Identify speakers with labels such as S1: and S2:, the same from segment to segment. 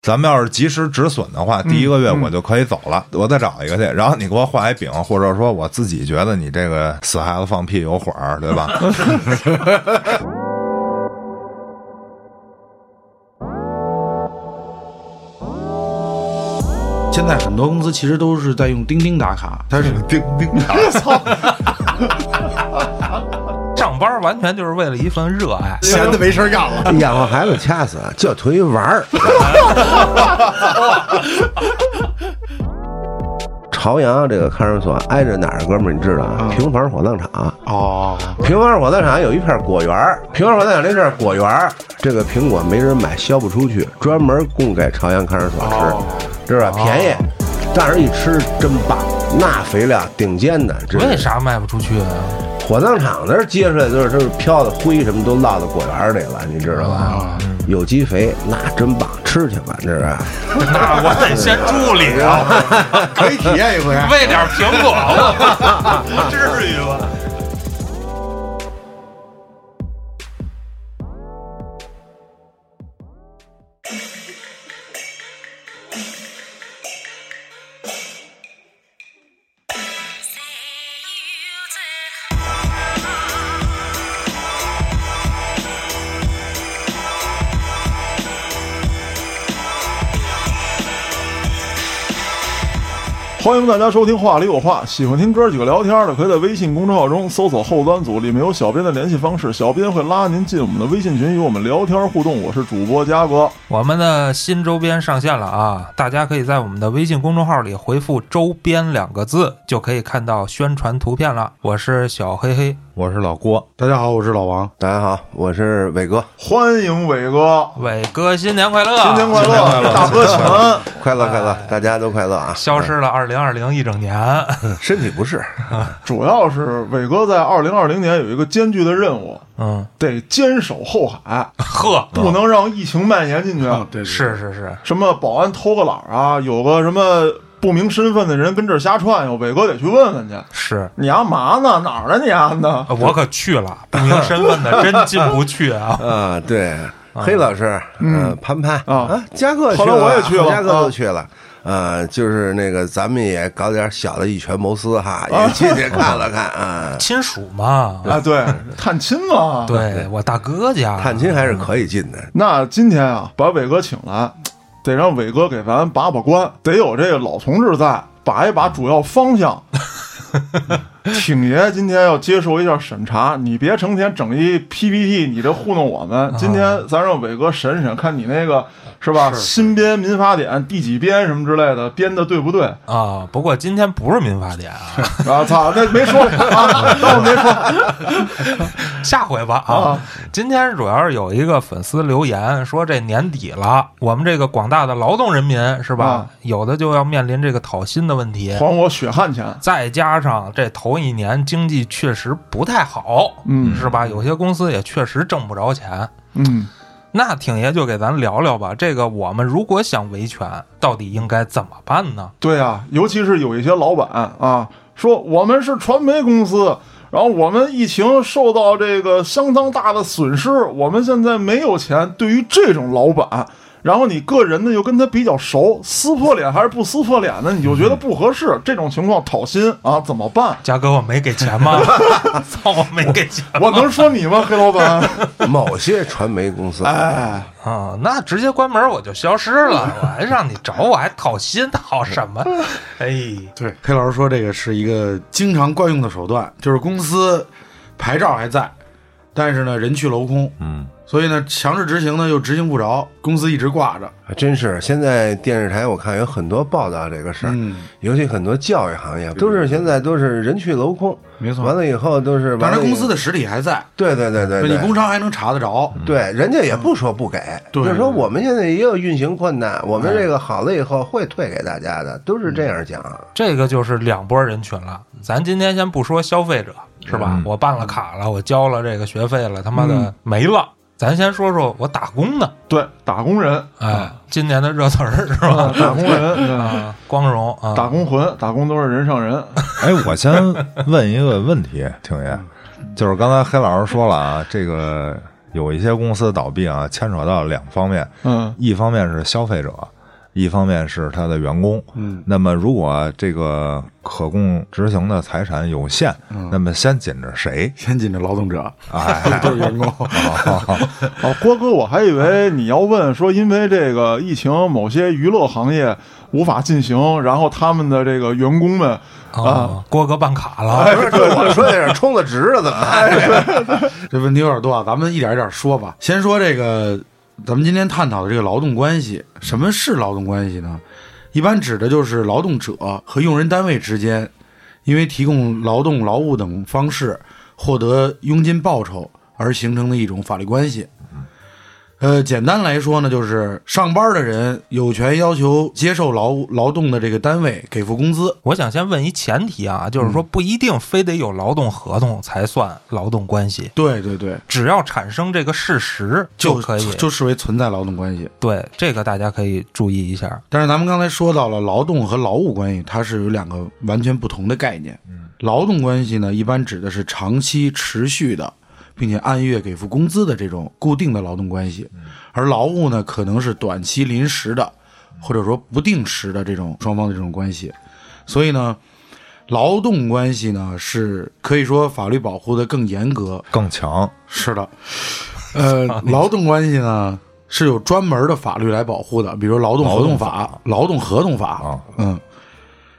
S1: 咱们要是及时止损的话，第一个月我就可以走了，我再找一个去。然后你给我画一饼，或者说我自己觉得你这个死孩子放屁有火儿，对吧？
S2: 现在很多公司其实都是在用钉钉打卡，它是
S1: 叮叮
S3: 上班完全就是为了一份热爱。
S4: 闲的没事儿干了。
S5: 养活孩子掐死啊就图一玩儿。 朝阳这个看守所挨着哪儿，哥们儿你知道啊？平房火葬场。
S2: 哦，
S5: 平房火葬场有一片果园儿，平房火葬场这片果园儿，这个苹果没人买，销不出去，专门供给朝阳看守所吃，知道吧？便宜，但是一吃真棒，那肥料顶尖的。知道吗
S3: 为啥卖不出去啊？
S5: 火葬场那儿接出来就是就是飘的灰什么都落到果园里了，你知道吧？有机肥那真棒，吃去吧，这是。啊
S3: 那我得先助理啊，
S4: 可以体验一回。
S3: 喂点苹果吧，至于吗？
S6: 欢迎大家收听《话里有话》，喜欢听哥几个聊天的，可以在微信公众号中搜索“后端组”，里面有小编的联系方式，小编会拉您进我们的微信群，与我们聊天互动。我是主播嘉哥，
S3: 我们的新周边上线了啊！大家可以在我们的微信公众号里回复“周边”两个字，就可以看到宣传图片了。我是小黑黑，
S1: 我是老郭，
S2: 大家好，我是老王。
S5: 大家好，我是伟哥，
S6: 欢迎伟哥，
S3: 伟哥，新年快乐！
S6: 新年快乐，大哥请安。
S5: 快乐快乐，大家都快乐啊！
S3: 消失了二零二零一整年，
S5: 身体不适，
S6: 主要是伟哥在二零二零年有一个艰巨的任务，
S3: 嗯，
S6: 得坚守后海，
S3: 呵，
S6: 不能让疫情蔓延进去。
S2: 啊，对，对
S3: 是是是，
S6: 什么保安偷个懒儿啊，有个什么不明身份的人跟这儿瞎转悠，伟哥得去问问去。
S3: 是，
S6: 你丫嘛呢？哪儿呢？你丫呢？
S3: 呃我可去了，不明身份的真进不去啊！
S5: 啊，对，黑老师，嗯，潘潘
S6: 啊
S5: 啊，嘉哥
S6: 后来我也去了
S5: 嘉哥
S6: 啊
S5: 都去了。呃，就是那个，咱们也搞点小的一拳谋私哈，也进去看了看 啊。
S3: 亲属嘛，
S6: 啊，对，探亲嘛。，
S3: 对我大哥家
S5: 探亲还是可以进的，
S6: 那今天啊，把伟哥请来，得让伟哥给咱把把关，得有这个老同志在，把一把主要方 向。挺爷今天要接受一下审查，你别成天整一 PPT，你这糊弄我们。今天咱让伟哥审审，看你那个是吧？新编民法典第几编什么之类的，编的对不对？
S3: 啊，不过今天不是民法典啊，
S6: 啊操，那没说啊，那我没 说。
S3: 下回吧啊
S6: 啊！
S3: 今天主要是有一个粉丝留言说，这年底了，我们这个广大的劳动人民是吧
S6: 啊，
S3: 有的就要面临这个讨薪的问题，
S6: 还我血汗钱。
S3: 再加上这头一年经济确实不太好，
S6: 嗯
S3: 是吧？有些公司也确实挣不着钱。
S6: 嗯，
S3: 那挺爷就给咱聊聊吧，这个我们如果想维权，到底应该怎么办呢？
S6: 对啊，尤其是有一些老板啊，说我们是传媒公司，然后我们疫情受到这个相当大的损失，我们现在没有钱。对于这种老板，然后你个人呢又跟他比较熟，撕破脸还是不撕破脸呢？你就觉得不合适。这种情况讨薪啊，怎么办？
S3: 嘉哥，我没给钱 吗？操，我没给钱
S6: 我能说你吗，黑老板？
S5: 某些传媒公司，
S6: 哎，
S3: 啊、那直接关门我就消失了，我还让你找我还讨薪讨什么？哎，
S2: 对，黑老师说这个是一个经常惯用的手段，就是公司牌照还在，但是呢人去楼空，嗯，所以呢强制执行呢又执行不着，公司一直挂着。
S5: 还啊真是，现在电视台我看有很多报道这个事儿，
S2: 嗯
S5: 尤其很多教育行业都是现在都是人去楼空，
S2: 没错
S5: 完了以后都是，
S2: 当
S5: 完
S2: 然
S5: 了以
S2: 公司的实体还在，
S5: 对对对对
S2: 对
S5: 对，嗯
S2: 你工商还能查得着。
S5: 对人家也不说不给，
S2: 对哎
S5: 就是说我们现在也有运行困难，我们这个好了以后会退给大家的，都是这样讲。
S2: 嗯
S3: 这个就是两拨人群了。咱今天先不说消费者是吧？我办了卡了，我交了这个学费了，他妈的、没了。咱先说说我打工的，
S6: 对，打工人，
S3: 哎，今年的热词儿是吧？
S6: 打工人，
S3: 啊，光荣啊，
S6: 对打工魂，打工都是人上人。
S1: 哎，我先问一个问题，挺爷，就是刚才黑老师说了啊，这个有一些公司倒闭啊，牵扯到两方面，
S6: 嗯
S1: 一方面是消费者，一方面是他的员工。
S2: 嗯，
S1: 那么如果这个可供执行的财产有限，那么先紧着谁？
S2: 先紧着劳动者，
S1: 哎，
S2: 都是员工。
S6: 哦，郭哥，我还以为你要问说，因为这个疫情，某些娱乐行业无法进行，然后他们的这个员工们
S3: 啊，郭哥办卡了，
S5: 不是，对我说那是充了值了，怎么办？
S2: 这问题有点多啊，咱们一点一点说吧。先说这个，咱们今天探讨的这个劳动关系，什么是劳动关系呢？一般指的就是劳动者和用人单位之间，因为提供劳动、劳务等方式获得佣金报酬而形成的一种法律关系。呃，简单来说呢，就是上班的人有权要求接受劳务劳动的这个单位给付工资，
S3: 我想先问一前提啊，就是说不一定非得有劳动合同才算劳动关系，
S2: 对对对，
S3: 只要产生这个事实
S2: 就
S3: 可以。
S2: 就视为存在劳动关系。
S3: 对这个大家可以注意一下。
S2: 但是咱们刚才说到了劳动和劳务关系，它是有两个完全不同的概念。劳动关系呢，一般指的是长期持续的，并且按月给付工资的这种固定的劳动关系；而劳务呢，可能是短期临时的，或者说不定时的这种双方的这种关系。所以呢，劳动关系呢是可以说法律保护的更严格，
S1: 更强，
S2: 是的，呃，劳动关系呢是有专门的法律来保护的，比如劳动合同法、劳动合同法，
S1: 啊
S2: 嗯。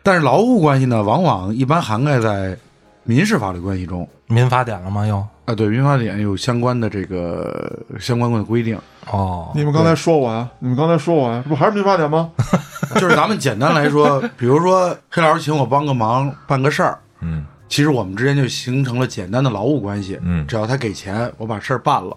S2: 但是劳务关系呢，往往一般涵盖在民事法律关系中
S3: 民法典了吗？又
S2: 啊。对，民法典有相关的这个相关的规定。
S3: 哦，
S6: 你们刚才说我呀，你们刚才说我呀，这不还是民法典吗？
S2: 就是咱们简单来说，比如说黑老师请我帮个忙办个事儿，
S1: 嗯，
S2: 其实我们之间就形成了简单的劳务关系。
S1: 嗯
S2: 只要他给钱，我把事儿办了，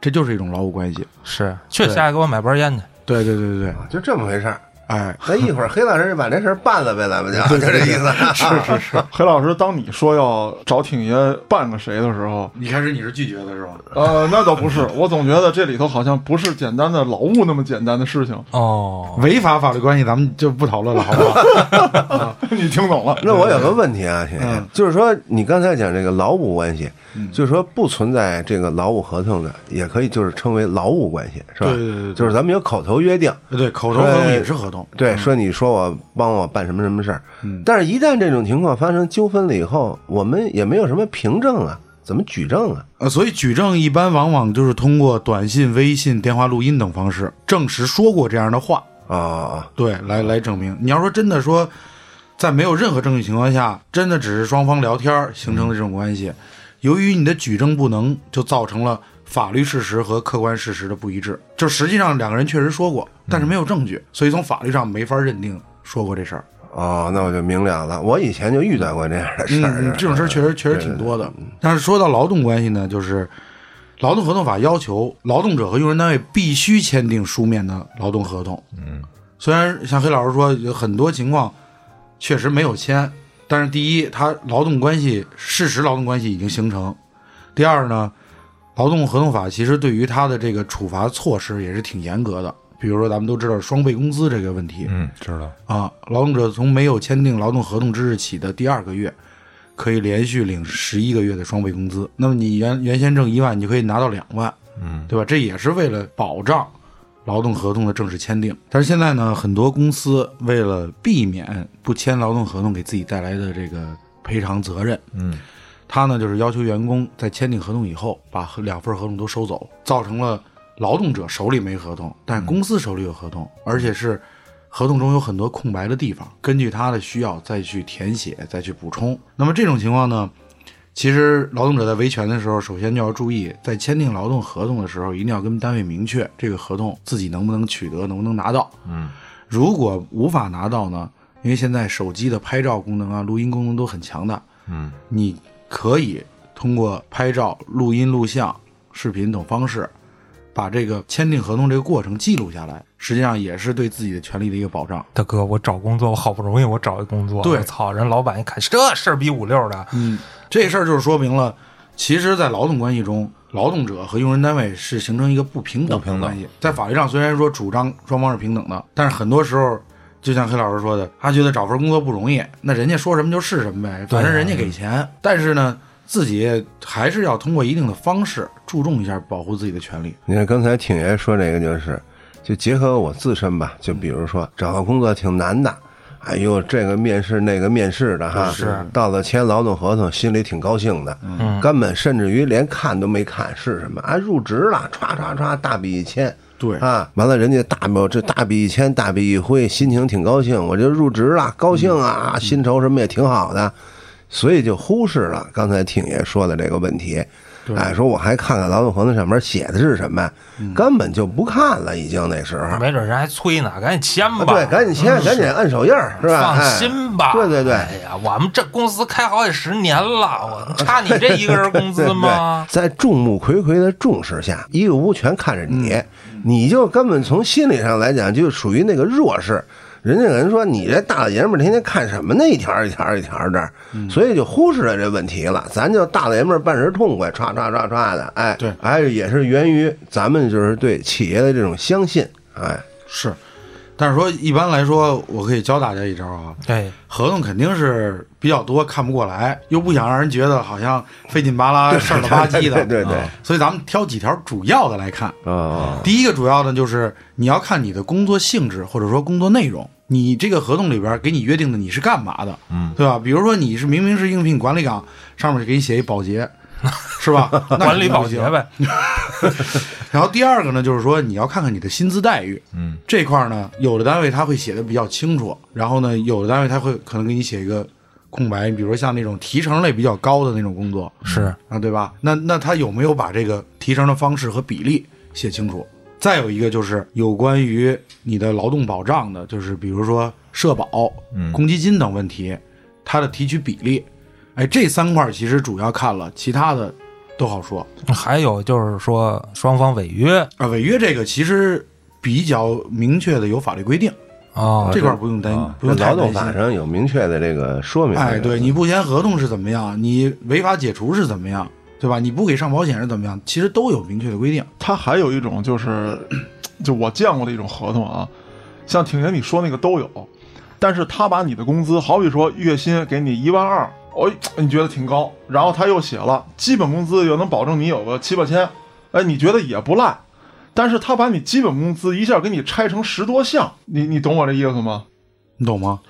S2: 这就是一种劳务关系。
S3: 是去下来给我买包烟去。
S2: 对对对对对，
S5: 就这么回事儿。
S2: 哎，
S5: 咱一会儿黑老师把这事儿办了呗，咱们就就这意思。是是是，
S6: 黑老师，当你说要找挺爷办个谁的时候，
S2: 一开始你是拒绝的是吧？
S6: 呃，那倒不是，我总觉得这里头好像不是简单的劳务那么简单的事情。
S3: 哦，
S2: 违法法律关系咱们就不讨论了，好不好？
S6: 你听懂了？
S5: 那我有个问题啊，铁
S2: 嗯
S5: 爷，就是说你刚才讲这个劳务关系，就是说不存在这个劳务合同的，也可以就是称为劳务关系，是吧？
S2: 对对对对
S5: 就是咱们有口头约定，
S2: 对，口头合同也是合同，
S5: 对，说你说我帮我办什么什么事儿，
S2: 嗯
S5: 但是一旦这种情况发生纠纷了以后，我们也没有什么凭证啊，怎么举证啊？
S2: 呃，所以举证一般往往就是通过短信、微信、电话录音等方式证实说过这样的话，嗯
S5: 啊、哦，
S2: 对，来来证明。你要说真的说，在没有任何证据情况下，真的只是双方聊天儿形成的这种关系，由于你的举证不能，就造成了法律事实和客观事实的不一致。就实际上两个人确实说过，但是没有证据，所以从法律上没法认定说过这事儿。
S5: 哦，那我就明了了。我以前就遇到过这样的事儿、
S2: 嗯，嗯这种事儿确实确实挺多的。但是说到劳动关系呢，就是劳动合同法要求劳动者和用人单位必须签订书面的劳动合同。嗯，虽然像黑老师说，有很多情况确实没有签，但是第一，他劳动关系事实劳动关系已经形成；第二呢，劳动合同法其实对于他的这个处罚措施也是挺严格的。比如说，咱们都知道双倍工资这个问题，
S1: 嗯，知道，
S2: 啊，劳动者从没有签订劳动合同之日起的第二个月，可以连续领十一个月的双倍工资。那么你原原先挣一万，你可以拿到两万，嗯，对吧？这也是为了保障劳动合同的正式签订。但是现在呢，很多公司为了避免不签劳动合同给自己带来的这个赔偿责任，
S1: 嗯，
S2: 他呢就是要求员工在签订合同以后，把合两份合同都收走，造成了劳动者手里没合同，但公司手里有合同，而且是合同中有很多空白的地方，根据他的需要再去填写，再去补充。那么这种情况呢，其实劳动者在维权的时候，首先就要注意，在签订劳动合同的时候，一定要跟单位明确这个合同自己能不能取得，能不能拿到。嗯，如果无法拿到呢，因为现在手机的拍照功能啊、录音功能都很强大，嗯，你可以通过拍照、录音、录像、视频等方式，把这个签订合同这个过程记录下来，实际上也是对自己的权利的一个保障。
S3: 大哥，我找工作，我好不容易我找一工作，
S2: 对
S3: 我操，人老板一看这事儿逼五六的，
S2: 嗯，这事儿就是说明了，其实，在劳动关系中，劳动者和用人单位是形成一个不平等
S1: 不平
S2: 的
S1: 等
S2: 关系。在法律上，虽然说主张双方是平等的，但是很多时候，就像黑老师说的，他觉得找份工作不容易，那人家说什么就是什么呗，
S3: 对
S2: 反
S3: 啊
S2: 正人家给钱。但是呢，自己还是要通过一定的方式，注重一下保护自己的权利。
S5: 你看刚才挺爷说这个，就是就结合我自身吧，就比如说找个工作挺难的，哎呦，这个面试那个面试的哈，是到了签劳动合同，心里挺高兴的，根本甚至于连看都没看是什么，啊，入职了，歘歘歘，大笔一签。
S2: 对
S5: 啊，完了，人家大笔这大笔一签，大笔一挥，心情挺高兴，我就入职了，高兴啊，
S3: 嗯
S5: 薪酬什么也挺好的，所以就忽视了刚才挺爷说的这个问题。哎，说我还看看劳动合同上面写的是什么呀，根本就不看了，已经那时候。
S3: 嗯
S5: 啊
S3: 没准人还催呢，赶紧签吧，
S5: 嗯对，赶紧签，赶紧按手印儿，是吧？
S3: 放心吧。
S5: 哎对对对，？
S3: 哎呀，我们这公司开好几十年了，我差你这一个人工资 吗
S5: 对对在众目睽睽的重视下，一个屋全看着你，
S2: 嗯
S5: 你就根本从心理上来讲就属于那个弱势。人家有人说你这大老爷们儿天天看什么呢？一条一条一条的，
S2: 嗯
S5: 所以就忽视了这问题了。咱就大老爷们儿办事痛快，歘歘歘歘的，哎，
S2: 对
S5: 哎，也是源于咱们就是对企业的这种相信，哎，
S2: 是，但是说一般来说，我可以教大家一招啊，
S3: 对，
S2: 合同肯定是比较多，看不过来，又不想让人觉得好像费劲巴拉、事儿了吧唧的，
S5: 对对对
S2: 啊所以咱们挑几条主要的来看。
S5: 哦，
S2: 第一个主要的就是你要看你的工作性质或者说工作内容，你这个合同里边给你约定的你是干嘛的，嗯，对吧？比如说你是明明是应聘管理岗，上面给你写一保洁，是 吧？那
S3: 管理
S2: 肯定不
S3: 保洁
S2: 行
S3: 呗，
S5: 嗯
S2: 然后第二个呢，就是说你要看看你的薪资待遇，嗯，这块儿呢，有的单位他会写的比较清楚，然后呢，有的单位他会可能给你写一个空白，比如说像那种提成类比较高的那种工作
S3: 是
S2: 啊，对吧？那那他有没有把这个提成的方式和比例写清楚？再有一个就是有关于你的劳动保障的，就是比如说社保、公积金等问题，它的提取比例，哎，这三块儿其实主要看了，其他的都好说。
S3: 还有就是说双方违约
S2: 啊，违约这个其实比较明确的有法律规定，
S5: 啊
S3: 哦，
S2: 这块儿不用担、不用太担
S5: 劳动
S2: 心。
S5: 法上有明确的这个说明。
S2: 哎，对，你不签合同是怎么样，你违法解除是怎么样，对吧？你不给上保险是怎么样，其实都有明确的规定。
S6: 它还有一种就是，就我见过的一种合同啊，像挺爷你说那个都有，但是他把你的工资，好比说月薪给你一万二，哎，你觉得挺高，然后他又写了基本工资又能保证你有个七八千，哎，你觉得也不赖，但是他把你基本工资一下给你拆成十多项，你你懂我这意思吗？
S2: 你懂吗？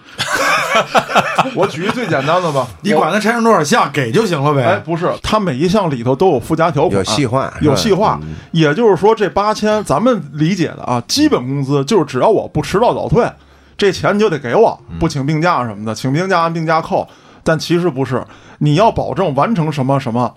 S6: 我举一最简单的吧，
S2: 你管它拆成多少项，给就行了呗。
S6: 哎，不是，它每一项里头都有附加条款，
S5: 有细化是吧
S6: 有细化。
S2: 嗯
S6: 也就是说，这八千，咱们理解的啊，基本工资就是只要我不迟到早退，这钱你就得给我，
S2: 嗯
S6: 不请病假什么的，请病假按病假扣。但其实不是，你要保证完成什么什么，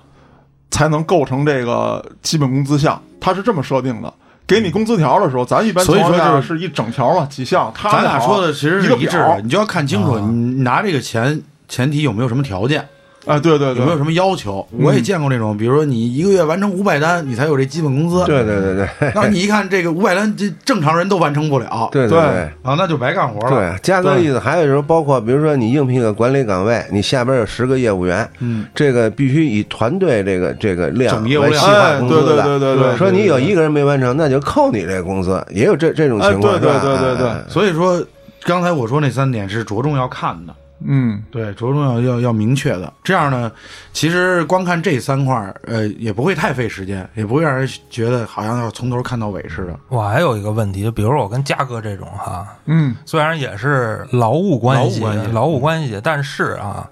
S6: 才能构成这个基本工资项，它是这么设定的。给你工资条的时候，咱一般
S2: 所以说
S6: 情况下
S2: 就是
S6: 是一整条嘛，几项。他
S2: 咱俩
S6: 那条
S2: 说的其实
S6: 一
S2: 是
S6: 个
S2: 一致
S6: 表
S2: 的，你就要看清
S5: 啊
S2: 楚，你拿这个钱前提有没有什么条件，
S6: 哎，对对对，
S2: 有没有什么要求。我也
S5: 嗯
S2: 见过那种，比如说你一个月完成五百单，你才有这基本工资。
S5: 对对对对
S2: 然后你一看这个五百单，这正常人都完成不了。
S5: 对
S6: 对
S5: 对。
S2: 啊，那就白干活了。
S5: 对，加个例子，还有时候包括，比如说你应聘个管理岗位，你下边有十个业务员，嗯，这个必须以团队这个这个量
S2: 总业务
S5: 来
S2: 量
S5: 细化
S6: 哎，
S5: 工
S6: 对
S5: 资
S6: 对
S5: 的。
S6: 对对对，
S5: 说你有一个人没完成，那就扣你这个工资，也有这这种
S6: 哎
S5: 情况。
S6: 对
S5: 是吧
S6: 对对对对
S5: 哎
S2: 所以说，刚才我说那三点是着重要看的，
S6: 嗯。
S2: 对，着重要要要明确的。这样呢，其实光看这三块儿，呃，也不会太费时间，也不会让人觉得好像要从头看到尾似的。
S3: 我还有一个问题，比如说我跟嘉哥这种哈，
S6: 嗯，
S3: 虽然也是劳务关
S2: 劳务
S3: 系，
S2: 关系
S3: 劳务关系但是啊，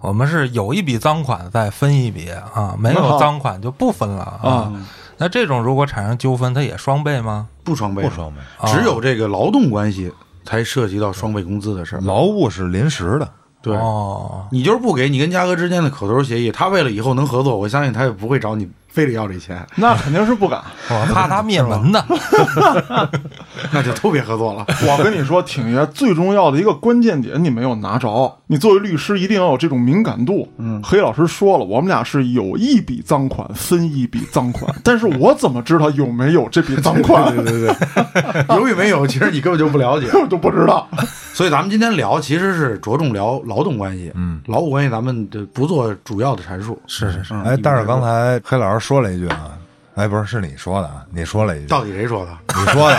S3: 我们是有一笔赃款再分一笔啊，没
S6: 那
S3: 有
S6: 好
S3: 赃款就不分了啊。
S2: 嗯
S3: 那这种如果产生纠纷，它也双倍吗？
S2: 不双倍，
S1: 不双倍，
S3: 啊
S2: 只有这个劳动关系才涉及到双倍工资的事儿。
S1: 劳务是临时的，
S2: 对。
S3: 哦，
S2: 你就是不给你跟嘉哥之间的口头协议，他为了以后能合作，我相信他也不会找你非得要这钱，
S6: 那肯定是不敢。
S3: 我怕他灭 门呢。
S2: 那就都别合 作了。
S6: 我跟你说，挺爷最重要的一个关键点你没有拿着，你作为律师一定要有这种敏感度。嗯，黑老师说了，我们俩是有一笔赃款分一笔赃款， 但是我怎么知道有没有这笔赃款？ 对对对，
S2: 有与没有，其实你根本就不了解。
S6: 我 都不知道。
S2: 所以咱们今天聊其实是着重聊劳动关系，嗯，劳务关系咱们就不做主要的阐述。嗯是是是，
S1: 哎，但是刚才黑老师说了一句啊，哎，不是，是你说的啊，你说了一句，
S2: 嗯到底谁说 的？
S1: 你说的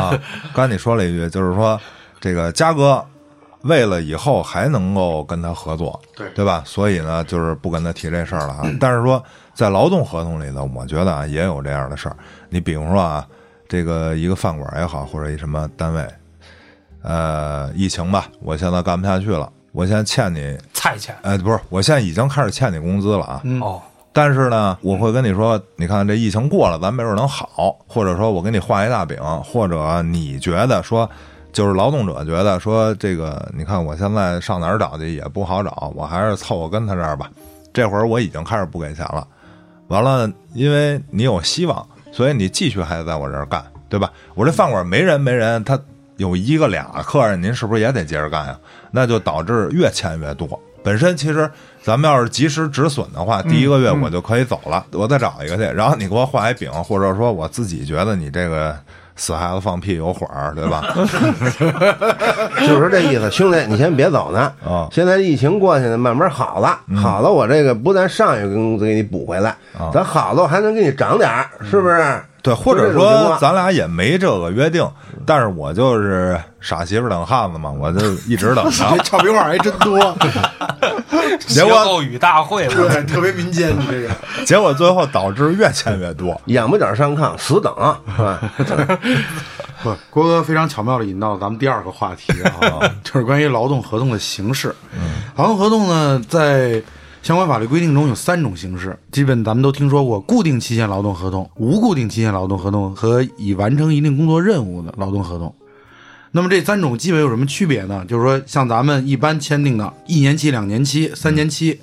S1: 啊，刚才你说了一句，就是说这个嘉哥为了以后还能够跟他合作，
S2: 对
S1: 对吧？所以呢，就是不跟他提这事儿了啊。但是说在劳动合同里呢，我觉得啊也有这样的事儿。你比如说啊，这个一个饭馆也好，或者一什么单位，呃，疫情吧，我现在干不下去了，我现在欠你，
S3: 菜钱
S1: 呃，不是，我现在已经开始欠你工资了啊。
S2: 嗯
S3: 哦，
S1: 但是呢，我会跟你说，你看这疫情过了，咱没准能好，或者说我给你画一大饼，或者你觉得说，就是劳动者觉得说这个，你看我现在上哪儿找去也不好找，我还是凑合跟他这儿吧。这会儿我已经开始不给钱了，完了，因为你有希望，所以你继续还得在我这儿干，对吧？我这饭馆没人没人，他有一个俩客人，您是不是也得接着干呀？那就导致越欠越多。本身其实咱们要是及时止损的话，第一个月我就可以走了，我再找一个去。然后你给我画一饼，或者说我自己觉得你这个死孩子放屁有火儿，对吧？
S5: 就是这意思，兄弟，你先别走 呢。
S1: 啊
S5: 现在疫情过去呢，慢慢好了，
S6: 嗯
S5: 好了，我这个不但上一个工资给你补回来，
S6: 啊
S5: 咱好了，我还能给你涨点儿，
S6: 嗯
S5: 是不是？
S1: 对，或
S5: 就
S1: 者
S5: 这种情
S1: 说
S5: 况
S1: 咱俩也没这个约定，但是我就是傻媳妇儿等汉子嘛，我就一直等着
S4: 这。哎俏皮话还真多，
S1: 结果
S3: 歇后语大会嘛，
S4: 对，特别民间，你这个
S1: 结果最后导致越欠越多。
S5: 仰不脚上炕，死等，啊是吧？
S2: 不，郭哥非常巧妙的引到咱们第二个话题啊，就是关于劳动合同的形式。劳动合同呢，在相关法律规定中有三种形式，基本咱们都听说过：固定期限劳动合同、无固定期限劳动合同和已完成一定工作任务的劳动合同。那么这三种基本有什么区别呢？就是说，像咱们一般签订的一年期、两年期、三年期，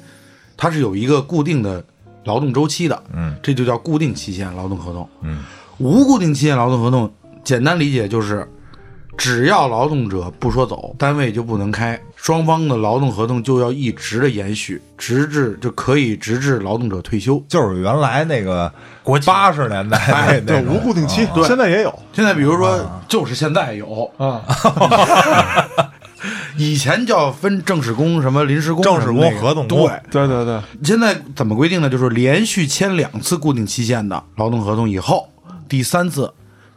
S2: 它是有一个固定的劳动周期的，嗯，这就叫固定期限劳动合同。嗯，无固定期限劳动合同，简单理解就是，只要劳动者不说走，单位就不能开，双方的劳动合同就要一直的延续，直至就可以直至劳动者退休。
S1: 就是原来那个
S3: 国企
S1: 八十年
S2: 哎
S1: 代那那
S6: 对，
S1: 种
S6: 无固定期，现在也有
S2: 现在比如
S1: 啊
S2: 说，就是现在有，
S6: 啊。
S2: 以前叫分正式工、什么临时工什么
S1: 正
S2: 那
S1: 式
S2: 个、
S1: 工、合同工，
S2: 对，
S6: 对对对，
S2: 现在怎么规定呢？就是连续签两次固定期限的劳动合同以后，第三次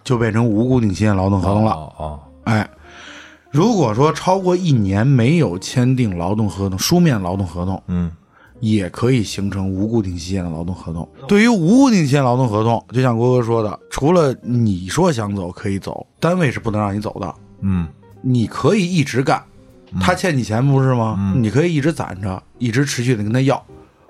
S2: 就变成无固定期限劳动合同了。
S1: 哦哦，
S2: 哎，如果说超过一年没有签订劳动合同、书面劳动合同，
S1: 嗯，
S2: 也可以形成无固定期限的劳动合同。对于无固定期限劳动合同，就像郭哥说的，除了你说想走可以走，单位是不能让你走的。
S1: 嗯，
S2: 你可以一直干，他欠你钱不是吗？你可以一直攒着，一直持续的跟他要。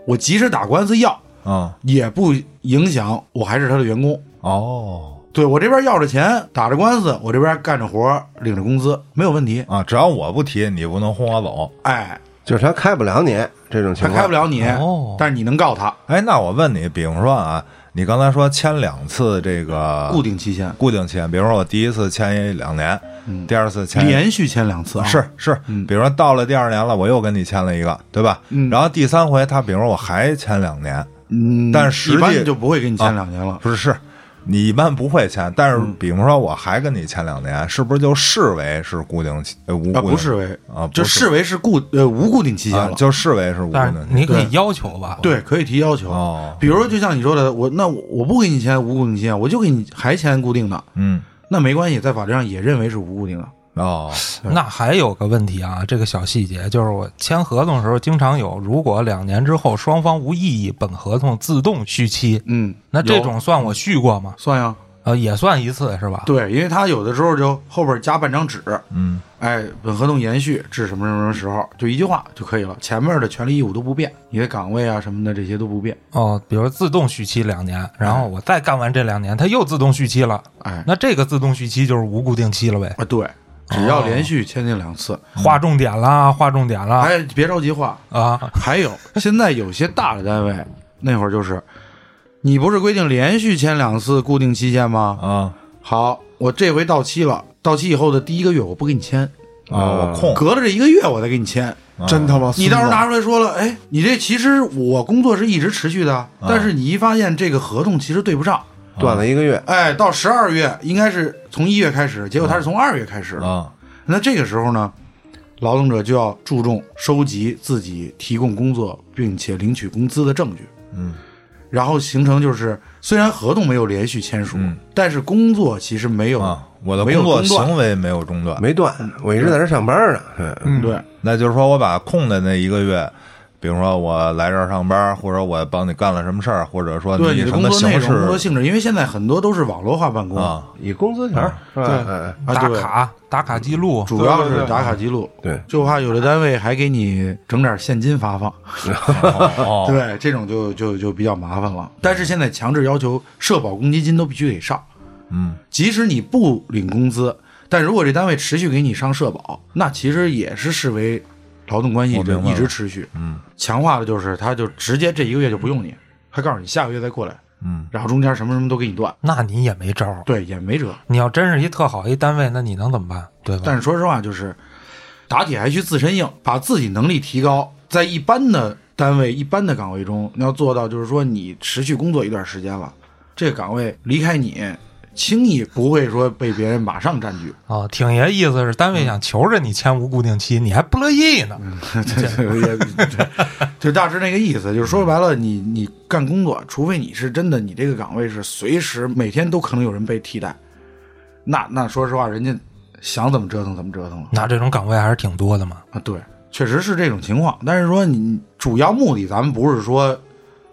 S2: 我即使打官司要，
S1: 嗯，
S2: 也不影响我还是他的员工。
S1: 哦
S2: 对我这边要着钱，打着官司，我这边干着活儿，领着工资，没有问题。
S1: 啊，只要我不提，你不能轰我走。
S2: 哎，
S5: 就是他开不了你这种
S2: 他
S5: 情
S2: 开
S5: 况
S2: 不，了你，
S3: 哦
S2: 但是你能告他，
S1: 哎，那我问你，比方说啊，你刚才说签两次这个
S2: 固定期限，
S1: 固定签，比如说我第一次签一两年，第二次签
S2: 嗯连续签两次啊。
S1: 是是，比如说到了第二年了，我又跟你签了一个，对吧？然后第三回他，比如说我还签两年，
S2: 嗯，
S1: 但实际
S2: 一般就不会给你
S1: 啊
S2: 签两年了。
S1: 不是是。你一般不会签，但是
S2: 嗯
S1: 比方说我还跟你签两年，是不是就视为是固定期呃无固
S2: 啊，
S1: 定
S2: 不视为
S1: 啊不
S2: 就是视为是固呃无固定期限
S1: 啊
S2: 了，。
S1: 就视为是无固
S3: 但
S1: 定
S3: 是
S1: 期。
S3: 你可以要求吧？，
S2: 对，可以提要求。
S1: 哦
S2: 比如说，就像你说的，我那我我不给你签无固定期限，我就给你还签固定的，
S1: 嗯
S2: 那没关系，在法律上也认为是无固定的。
S1: 哦
S3: 那还有个问题啊，这个小细节就是我签合同的时候经常有，如果两年之后双方无异议，本合同自动续期，
S2: 嗯，
S3: 那这种算我续过吗？
S2: 算呀，
S3: 呃，也算一次是吧？
S2: 对，因为他有的时候就后边加半张纸，
S1: 啊嗯
S2: 哎，本合同延续至什么什么什么时候，就一句话就可以了，前面的权利义务都不变，你的岗位啊什么的这些都不变。
S3: 哦，比如自动续期两年，然后我再干完这两年，它又自动续期了。
S2: 哎，
S3: 那这个自动续期就是无固定期了呗，
S2: 啊对，只要连续签订两次，
S3: 划重点啦，划重点啦
S2: 嗯哎，别着急画。
S3: 啊！
S2: 还有，现在有些大的单位那会儿就是，你不是规定连续签两次固定期限吗？
S1: 啊
S2: 好，我这回到期了，到期以后的第一个月我不给你签，
S1: 啊，我空
S2: 隔了这一呃个月我再给你签。
S6: 真他妈孙子！
S2: 你到时候拿出来说了，哎，你这其实我工作是一直持续的，但是你一发现这个合同其实对不上，
S5: 断了一个月，
S2: 哎，到十二月应该是从一月开始，结果他是从二月开始的。
S1: 啊
S2: 那这个时候呢，劳动者就要注重收集自己提供工作并且领取工资的证据，
S1: 嗯，
S2: 然后形成就是虽然合同没有连续签署，但是工作其实没有、
S1: 嗯啊，我的
S2: 嗯没
S1: 工
S2: 有
S1: 作
S2: 中断
S1: 行为没有中断，
S5: 没断，我一直在这上班呢。嗯
S2: 对
S1: 那就是说我把空的那一个月比如说我来这儿上班，或者我帮你干了什么事儿，或者说
S2: 对
S1: 以
S2: 的
S1: 什
S2: 工
S1: 么
S2: 作内
S1: 形
S2: 容、工作
S1: 式
S2: 性质，因为现在很多都是网络化办公，
S1: 啊，
S5: 以工资条儿是吧？哎哎
S2: 啊
S3: 打
S2: 对嗯
S3: 卡打卡记录，
S2: 主要
S6: 对对
S2: 是
S6: 对
S2: 打卡记录。
S5: 对
S2: 就怕有的单位还给你整点现金发放，
S1: 哦，
S2: 对，这种就就就比较麻烦了。但是现在强制要求社保公积金都必须得上，
S1: 嗯，
S2: 即使你不领工资，但如果这单位持续给你上社保，那其实也是视为劳动关系
S1: 我
S2: 一直
S1: 明白了
S2: 一直持续。
S1: 嗯，
S2: 强化的就是他就直接这一个月就不用你，他告诉你下个月再过来，
S1: 嗯，
S2: 然后中间什么什么都给你断，
S3: 那你也没招儿。
S2: 对，也没
S1: 嗯
S2: 辙。
S3: 你要真是一特好一单位，那你能怎么办？对吧？
S2: 但是说实话，就是打铁还需自身硬，把自己能力提高，在一般的单位、一般的岗位中，你要做到就是说，你持续工作一段时间了，这个岗位离开你，轻易不会说被别人马上占据。
S3: 啊，挺爷意思是单
S2: 嗯
S3: 位想求着你签无固定期，你还不乐意呢。
S2: 也对就大致那个意思，就是说白了，你你干工作，除非你是真的，你这个岗位是随时每天都可能有人被替代，那那说实话，人家想怎么折腾怎么折腾了。
S3: 那这种岗位还是挺多的嘛。
S2: 啊，对，确实是这种情况。但是说你主要目的，咱们不是说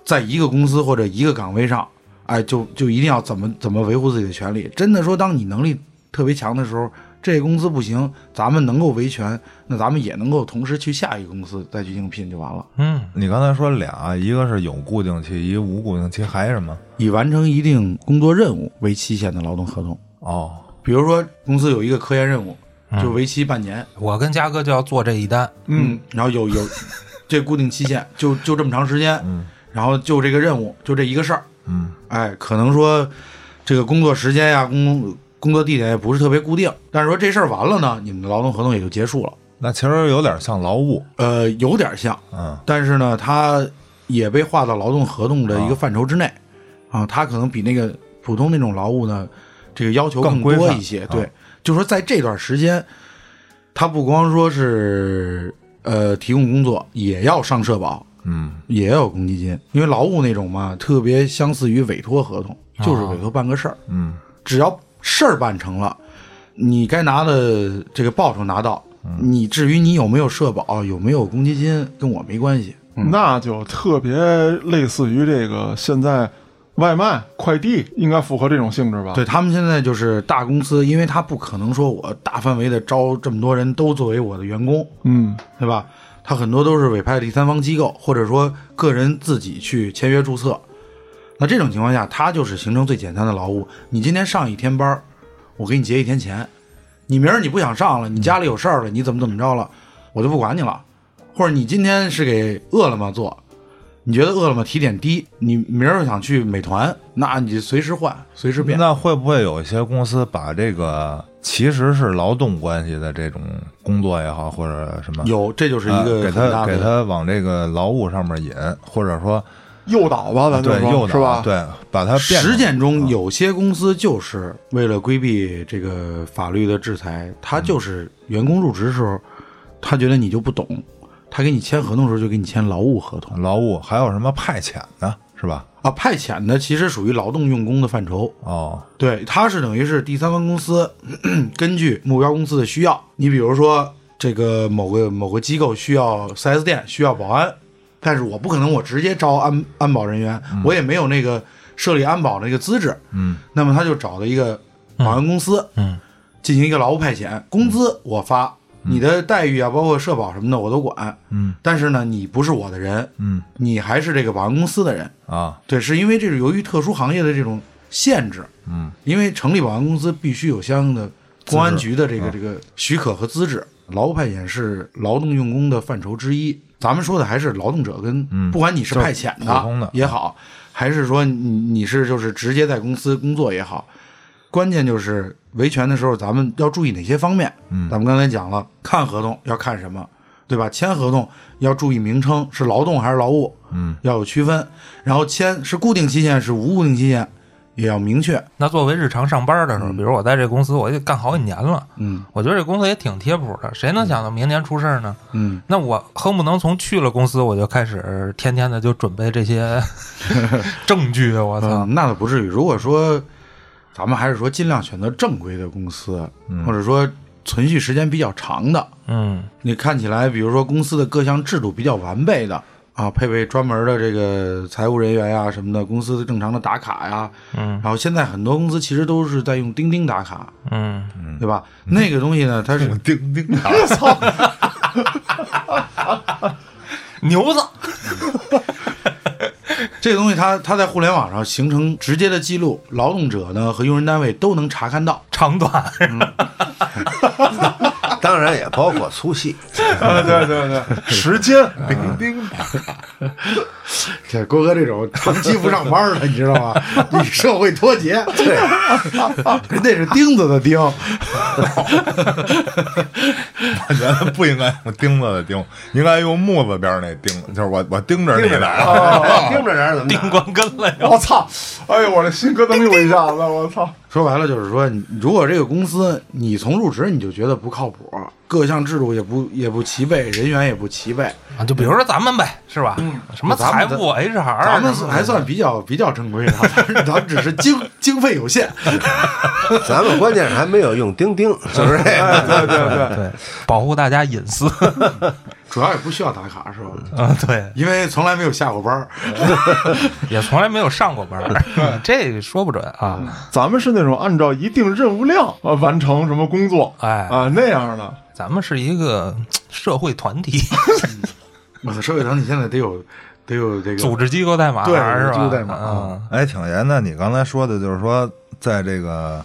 S2: 在一个公司或者一个岗位上，哎，就就一定要怎么怎么维护自己的权利。真的说，当你能力特别强的时候，这个公司不行，咱们能够维权，那咱们也能够同时去下一个公司再去应聘就完了。
S3: 嗯，
S1: 你刚才说俩，一个是有固定期，一个无固定期，还有什么？
S2: 以完成一定工作任务为期限的劳动合同，
S1: 哦，
S2: 比如说公司有一个科研任务，就为期半年，
S3: 我跟嘉哥就要做这一单，
S2: 嗯，然后有有这固定期限，就就这么长时间，然后就这个任务，就这一个事儿，
S1: 嗯，
S2: 哎，可能说这个工作时间呀、工工作地点也不是特别固定，但是说这事儿完了呢，你们的劳动合同也就结束了，
S1: 那其实有点像劳务，
S2: 呃，有点像，
S1: 嗯，
S2: 但是呢，它也被划到劳动合同的一个范畴之内，啊，它可能比那个普通那种劳务呢，这个要求
S1: 更规
S2: 多
S1: 范啊
S2: 一些。对，就说在这段时间，它不光说是呃提供工作，也要上社保，
S1: 嗯，
S2: 也要有公积金，因为劳务那种嘛，特别相似于委托合同，就是委托办个事儿，
S1: 啊嗯，
S2: 只要事儿办成了，你该拿的这个报酬拿到。
S1: 嗯
S2: 你至于你有没有社保，有没有公积金，跟我没关系。
S6: 那就特别类似于这个现在外卖、快递应该符合这种性质吧？
S2: 对他们现在就是大公司，因为他不可能说我大范围的招这么多人都作为我的员工，
S6: 嗯，
S2: 对吧？他很多都是委派第三方机构，或者说个人自己去签约注册。那这种情况下，他就是形成最简单的劳务。你今天上一天班儿，我给你结一天钱；你明儿你不想上了，你家里有事儿了，你怎么怎么着了，我就不管你了。或者你今天是给饿了么做，你觉得饿了么提点低，你明儿想去美团，那你就随时换，随时变。
S1: 那会不会有一些公司把这个其实是劳动关系的这种工作也好，或者什么，
S2: 有，这就是一
S1: 呃
S2: 个
S1: 啊给
S2: 很大
S1: 他
S2: 的、
S1: 给他往这个劳务上面引，或者说
S6: 诱导吧，咱就
S1: 对
S6: 说
S1: 诱
S6: 是吧
S1: 导，？，对，把它变啊成
S2: 实践中，有些公司就是为了规避这个法律的制裁，
S1: 嗯
S2: 他就是员工入职的时候，他觉得你就不懂，他给你签合同的时候就给你签劳务合同
S1: 劳务，还有什么派遣呢，是吧？
S2: 啊。派遣的其实属于劳动用工的范畴，
S1: 哦，
S2: 对，它是等于是第三方公司根据目标公司的需要，你比如说这个某个某个机构需要 4S 店需要保安，但是我不可能我直接招安安保人员，
S3: 嗯
S2: 我也没有那个设立安保那个资质，
S1: 嗯，
S2: 那么他就找了一个保安公司，
S3: 嗯嗯
S2: 进行一个劳务派遣，工资我发，你的待遇啊，包括社保什么的我都管，
S1: 嗯，
S2: 但是呢，你不是我的人，
S1: 嗯
S2: 你还是这个保安公司的人，
S1: 啊，
S2: 对，是因为这是由于特殊行业的这种限制，
S1: 嗯，
S2: 因为成立保安公司必须有相应的公安局的这
S1: 嗯
S2: 个这个许可和资质。劳务派遣是劳动用工的范畴之一，咱们说的还是劳动者跟，
S1: 嗯
S2: 不管你是派遣
S1: 就是普通的
S2: 也好，还是说你你是就是直接在公司工作也好，关键就是维权的时候咱们要注意哪些方面？嗯，咱们刚才讲了，看合同要看什么，对吧？签合同要注意名称是劳动还是劳务，
S1: 嗯，
S2: 要有区分。然后签是固定期限是无固定期限，也要明确。
S3: 那作为日常上班的时候，比如我在这公司，我也干好几年了，
S2: 嗯
S3: 我觉得这公司也挺贴谱的，谁能想到明年出事儿呢？
S2: 嗯，
S3: 那我恨不能从去了公司我就开始天天的就准备这 些证据，我操！
S2: 嗯，那倒不至于。如果说咱们还是说尽量选择正规的公司，或者说存续时间比较长的，
S3: 嗯，
S2: 你看起来比如说公司的各项制度比较完备的，啊，配备专门的这个财务人员呀、什么的，公司的正常的打卡呀、
S3: 嗯
S2: 然后现在很多公司其实都是在用钉钉打卡，
S3: 嗯，
S2: 对吧？那个东西呢，它是
S1: 钉钉啊，
S3: 牛子，
S2: 这个东西它它在互联网上形成直接的记录，劳动者呢和用人单位都能查看到。
S3: 长短，
S5: 当然也包括粗细。
S6: 啊，对对对， 时间，
S4: 这郭哥这种长期不上班的，你知道吗？与社会脱节。对，人家是钉子的钉，
S1: 我 觉得不应该用钉子的钉，应该用木字边儿那钉，就是我我盯着啊你呢。
S5: 盯着点怎么
S3: 钉
S5: 打？
S3: 光根了
S2: 哦
S3: 又。
S6: 哦 我操！哎呦，我这心咯噔又一下子，我操！
S2: 说白了就是说，你如果这个公司你从入职你就觉得不靠谱，各项制度也不也不齐备，人员也不齐备，
S3: 啊就比如说咱们呗，是吧？什么
S2: 嗯咱
S3: 财
S2: 们
S3: 务 HR，
S2: 咱们
S3: 什
S2: 是
S3: 么
S2: 还 算比较比较正规的，咱们只是经经费有限。
S5: 咱们关键是还没有用钉钉，是不是？
S6: 哎，对对对，
S3: 对保护大家隐私
S2: 主要也不需要打卡，是吧？
S3: 啊，对，
S2: 因为从来没有下过班儿，
S3: 也从来没有上过班儿， 这个说不准
S2: 嗯
S3: 啊。
S6: 咱们是那种按照一定任务量啊完成什么工作，
S3: 哎
S6: 啊那样的，
S3: 咱们是一个社会团体，
S2: 我操，社会堂你现在得有得有这个
S3: 组织机构代码，
S2: 对
S3: 是
S2: 组织
S3: 吧？
S2: 机构代码
S3: 嗯
S1: 哎，挺严的。你刚才说的就是说，在这个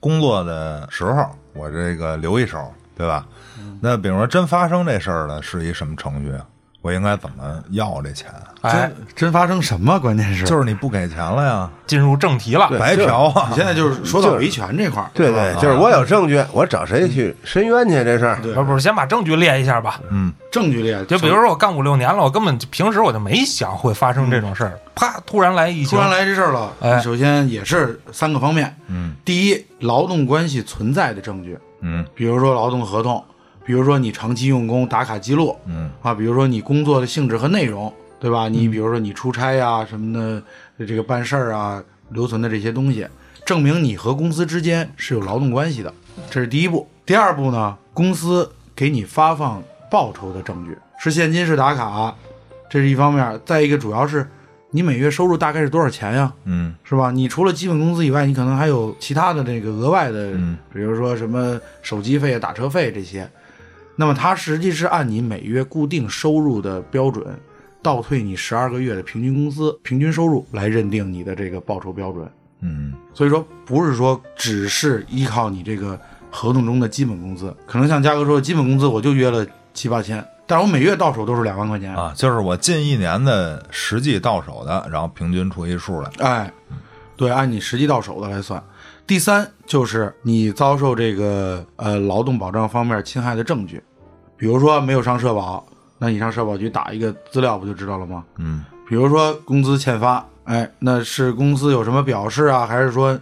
S1: 工作的时候，我这个留一手，对吧？那比如说真发生这事儿了，是一什么程序啊？我应该怎么要这钱？啊
S3: 哎，
S2: 真真发生什么？关键是
S1: 就是你不给钱了呀，
S3: 进入正题了，
S1: 白嫖啊
S2: 你！现在就是说到维权这块儿，
S5: 对
S2: 是吧
S5: 对，就是我有证据，我找谁去申冤去这事儿？
S2: 对嗯
S3: 不是不是，先把证据列一下吧。
S2: 证据啊列，
S3: 就比如说我干五六年了，我根本就平时我就没想会发生这种事儿，啪，突然来一
S2: 嗯突然来这事儿了，
S3: 哎
S2: 首先也是三个方面，
S1: 嗯
S2: 第一，劳动关系存在的证据，
S1: 嗯
S2: 比如说劳动合同，比如说你长期用工打卡记录
S1: 嗯
S2: 啊，比如说你工作的性质和内容，对吧？你比如说你出差呀、什么的，这个办事儿啊，留存的这些东西，证明你和公司之间是有劳动关系的，这是第一步。第二步呢，公司给你发放报酬的证据，是现金是打卡，这是一方面。再一个主要是你每月收入大概是多少钱呀？
S1: 嗯
S2: 是吧？你除了基本工资以外，你可能还有其他的这个额外的，
S1: 嗯
S2: 比如说什么手机费、啊打车费这些。那么它实际是按你每月固定收入的标准，倒退你十二个月的平均工资、平均收入来认定你的这个报酬标准。
S1: 嗯
S2: 所以说，不是说只是依靠你这个合同中的基本工资，可能像嘉哥说，的基本工资我就约了七八千，但是我每月到手都是两万块钱。
S1: 啊，就是我近一年的实际到手的，然后平均除一数来。
S2: 哎，对，按你实际到手的来算。第三就是你遭受这个呃劳动保障方面侵害的证据，比如说没有上社保，那你上社保局打一个资料不就知道了吗？
S1: 嗯
S2: 比如说工资欠发，哎，那是公司有什么表示啊，还是说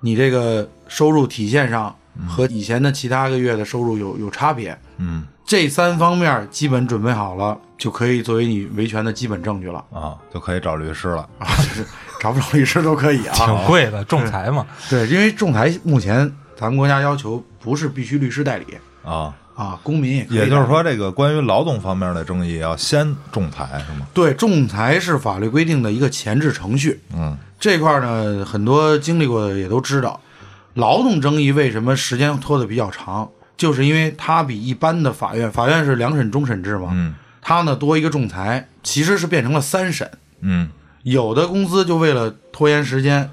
S2: 你这个收入体现上和以前的其他个月的收入有有差别？
S1: 嗯
S2: 这三方面基本准备好了，就可以作为你维权的基本证据了
S1: 啊，就可以找律师了。
S2: 啊，就是找不着律师都可以啊，
S3: 挺贵的仲裁嘛，
S2: 对，因为仲裁目前咱们国家要求不是必须律师代理
S1: 啊，
S2: 啊，公民也可以。
S1: 也就是，说，这个关于劳动方面的争议要先仲裁是吗？
S2: 对，仲裁是法律规定的一个前置程序。
S1: 嗯
S2: 这块儿呢，很多经历过的也都知道，劳动争议为什么时间拖得比较长，就是因为它比一般的法院，法院是两审终审制嘛，
S1: 嗯
S2: 它呢多一个仲裁，其实是变成了三审。
S1: 嗯
S2: 有的公司就为了拖延时间，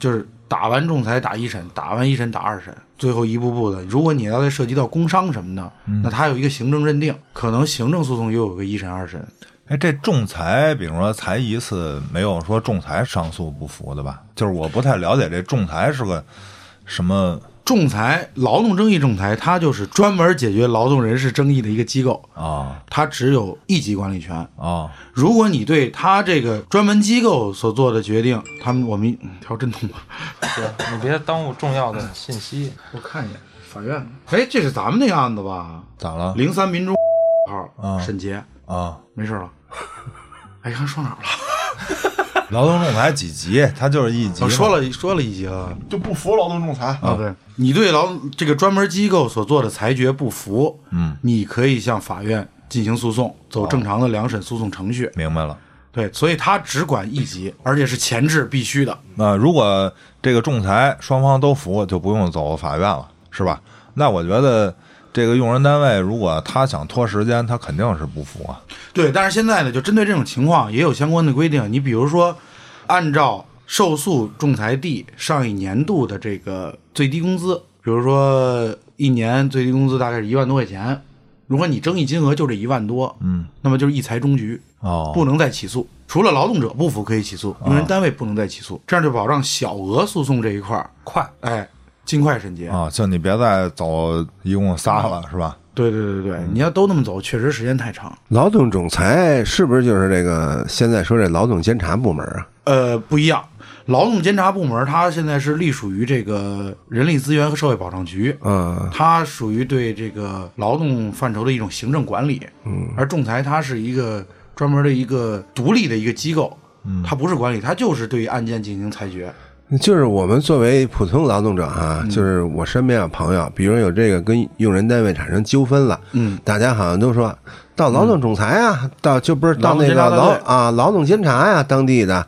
S2: 就是打完仲裁打一审，打完一审打二审，最后一步步的。如果你要再涉及到工伤什么的，那它有一个行政认定，可能行政诉讼又有个一审、二审。
S1: 哎，这仲裁，比如说裁一次，没有说仲裁上诉不服的吧？就是我不太了解这仲裁是个什么
S2: 仲裁，劳动争议仲裁，它就是专门解决劳动人事争议的一个机构，
S1: 啊
S2: 它只有一级管理权。
S1: 啊
S2: 如果你对它这个专门机构所做的决定，他们我们嗯调震动吧，
S3: 你别耽误重要的信息。
S2: 我看一眼法院。哎，这是咱们那个案子吧？
S1: 咋了
S2: 零三民众
S1: 啊
S2: 号沈杰。
S1: 啊？
S2: 没 事了。哎，刚说哪儿了？
S1: 劳动仲裁几级？它就是一级嘛。
S2: 我啊说了说了一集了
S6: 就不服劳动仲裁。
S2: 啊。对，你对劳这个专门机构所做的裁决不服，
S1: 嗯，
S2: 你可以向法院进行诉讼，走正常的两审诉讼程序。
S1: 明白了。
S2: 对，所以他只管一级，而且是前置必须的。
S1: 那如果这个仲裁双方都服，就不用走法院了，是吧？那我觉得这个用人单位如果他想拖时间，他肯定是不服啊。
S2: 对，但是现在呢，就针对这种情况也有相关的规定。你比如说，按照受诉仲裁地上一年度的这个最低工资，比如说一年最低工资大概是一万多块钱，如果你争议金额就这一万多，嗯，那么就是一裁终局，
S1: 哦
S2: 不能再起诉。除了劳动者不服可以起诉，用人单位不能再起诉，这样就保障小额诉讼这一块儿，
S3: 快，
S2: 哎，尽快审结。
S1: 啊，就你别再走一共仨了，是吧？
S2: 对对对对对，你要都那么走，确实时间太长。
S5: 劳动仲裁是不是就是这个现在说这劳动监察部门啊？
S2: 呃，不一样。劳动监察部门它现在是隶属于这个人力资源和社会保障局，
S5: 嗯，
S2: 它属于对这个劳动范畴的一种行政管理。嗯，而仲裁它是一个专门的一个独立的一个机构，嗯，它不是管理，它就是对案件进行裁决。
S5: 就是我们作为普通劳动者
S2: 嗯
S5: 啊，就是我身边有朋友，比如有这个跟用人单位产生纠纷了，
S2: 嗯，
S5: 大家好像都说到劳动仲裁啊，到就不是到那个
S6: 劳动监察
S5: 劳
S6: 单位
S5: 啊劳动监察呀、当地的，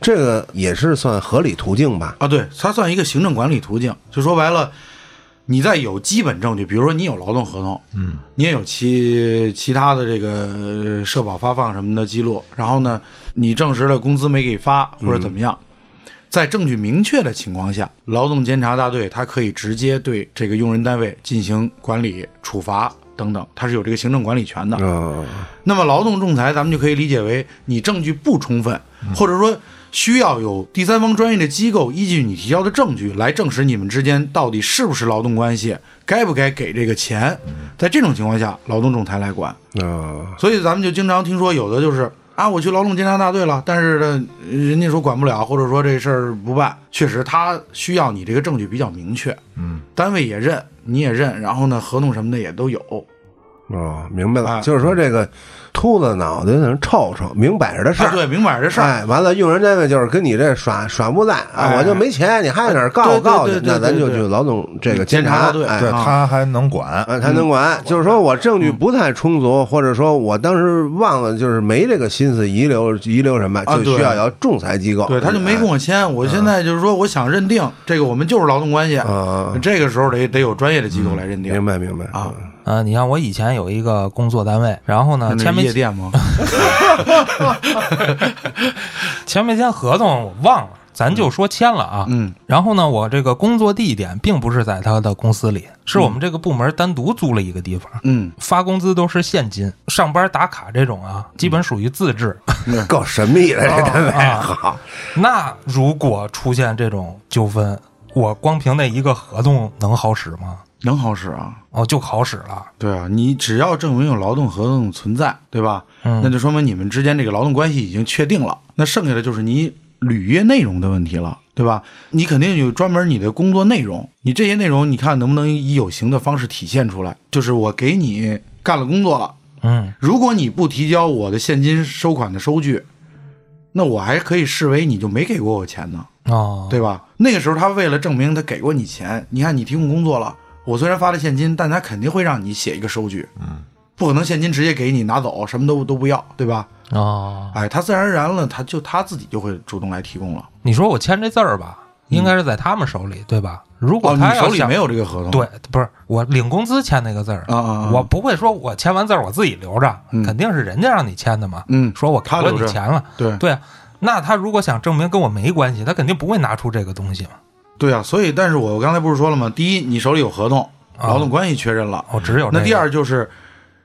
S5: 这个也是算合理途径吧？
S2: 啊，对，它算一个行政管理途径。就说白了，你在有基本证据，比如说你有劳动合同，嗯，你也有其其他的这个呃社保发放什么的记录，然后呢，你证实了工资没给发或者怎么样，在证据明确的情况下，劳动监察大队它可以直接对这个用人单位进行管理、处罚等等，它是有这个行政管理权的。
S5: 嗯，
S2: 那么劳动仲裁，咱们就可以理解为你证据不充分，或者说需要有第三方专业的机构依据你提交的证据来证实你们之间到底是不是劳动关系，该不该给这个钱。在这种情况下，劳动仲裁来管。
S5: 啊，
S2: 所以咱们就经常听说有的就是啊，我去劳动监察大队了，但是呢，人家说管不了，或者说这事儿不办。确实，他需要你这个证据比较明确，嗯，单位也认，你也认，然后呢，合同什么的也都有。
S5: 哦，明白了，
S2: 哎
S5: 就是说这个秃子脑袋能臭臭，明摆着的事
S2: 啊，
S5: 儿。
S2: 对，明摆着事儿。
S5: 哎，完了，用人单位就是跟你这耍耍无赖啊！
S2: 哎
S5: 我就没钱，你还在那儿告
S2: 对对
S5: 告去
S2: 对，对
S5: 那咱
S2: 对
S5: 就
S2: 对
S5: 去劳动这个监
S2: 监察
S5: 察
S2: 大队
S5: 哎
S1: 对
S2: 啊
S1: 他还能管，
S5: 啊，他
S2: 嗯
S5: 能管，就是说我证据不太充足，或者说我当时忘了，就是没这个心思遗留遗留什么，
S2: 啊
S5: 就需
S2: 对
S5: 要有仲裁机构。
S2: 对，他就没跟我签。
S5: 嗯
S2: 我现在就是说，我想认定这个我们就是劳动关系，
S5: 啊，
S2: 这个时候得得有专业的机构来认定
S5: 嗯明白明白
S2: 啊。。
S3: 啊，你像我以前有一个工作单位，然后呢，
S2: 那
S3: 签
S2: 是
S3: 没
S2: 夜店吗？
S3: 签没签合同我忘了，咱就说签了啊。
S2: 嗯，
S3: 然后呢，我这个工作地点并不是在他的公司里，是我们这个部门单独租了一个地方。
S2: 嗯，
S3: 发工资都是现金，上班打卡这种啊，基本属于自治。
S2: 嗯
S5: 嗯够神秘的这单位，
S3: 啊
S5: 好，
S3: 那如果出现这种纠纷，我光凭那一个合同能好使吗？
S2: 能好使啊。
S3: 哦，就好使了。
S2: 对啊，你只要证明有劳动合同存在，对吧？
S3: 嗯
S2: 那就说明你们之间这个劳动关系已经确定了。那剩下的就是你履约内容的问题了，对吧？你肯定有专门你的工作内容，你这些内容你看能不能以有形的方式体现出来？就是我给你干了工作了，
S3: 嗯，
S2: 如果你不提交我的现金收款的收据，那我还可以视为你就没给过我钱呢，
S3: 哦，
S2: 对吧？那个时候他为了证明他给过你钱，你看你提供工作了，我虽然发了现金，但他肯定会让你写一个收据，嗯，不可能现金直接给你拿走，什么都都不要，对吧？
S3: 哦，
S2: 哎，他自然而然了，他就他自己就会主动来提供了。
S3: 你说我签这字儿吧，应该是在他们手里，对吧？如
S2: 嗯哦，
S3: 果
S2: 你
S3: 他要
S2: 手里
S3: 想
S2: 没有这个合同，
S3: 对，不是我领工资签那个字儿
S2: 啊啊啊
S3: 我不会说我签完字儿我自己留着，肯定是人家让你签的嘛。
S2: 嗯
S3: 说我给
S2: 他
S3: 过
S2: 留
S3: 你
S2: 着
S3: 钱了，
S2: 对
S3: 对啊。那他如果想证明跟我没关系，他肯定不会拿出这个东西嘛。
S2: 对啊，所以但是我刚才不是说了吗？第一，你手里有合同，
S3: 啊
S2: 劳动关系确认了，
S3: 哦，只有、
S2: 那第，二就是，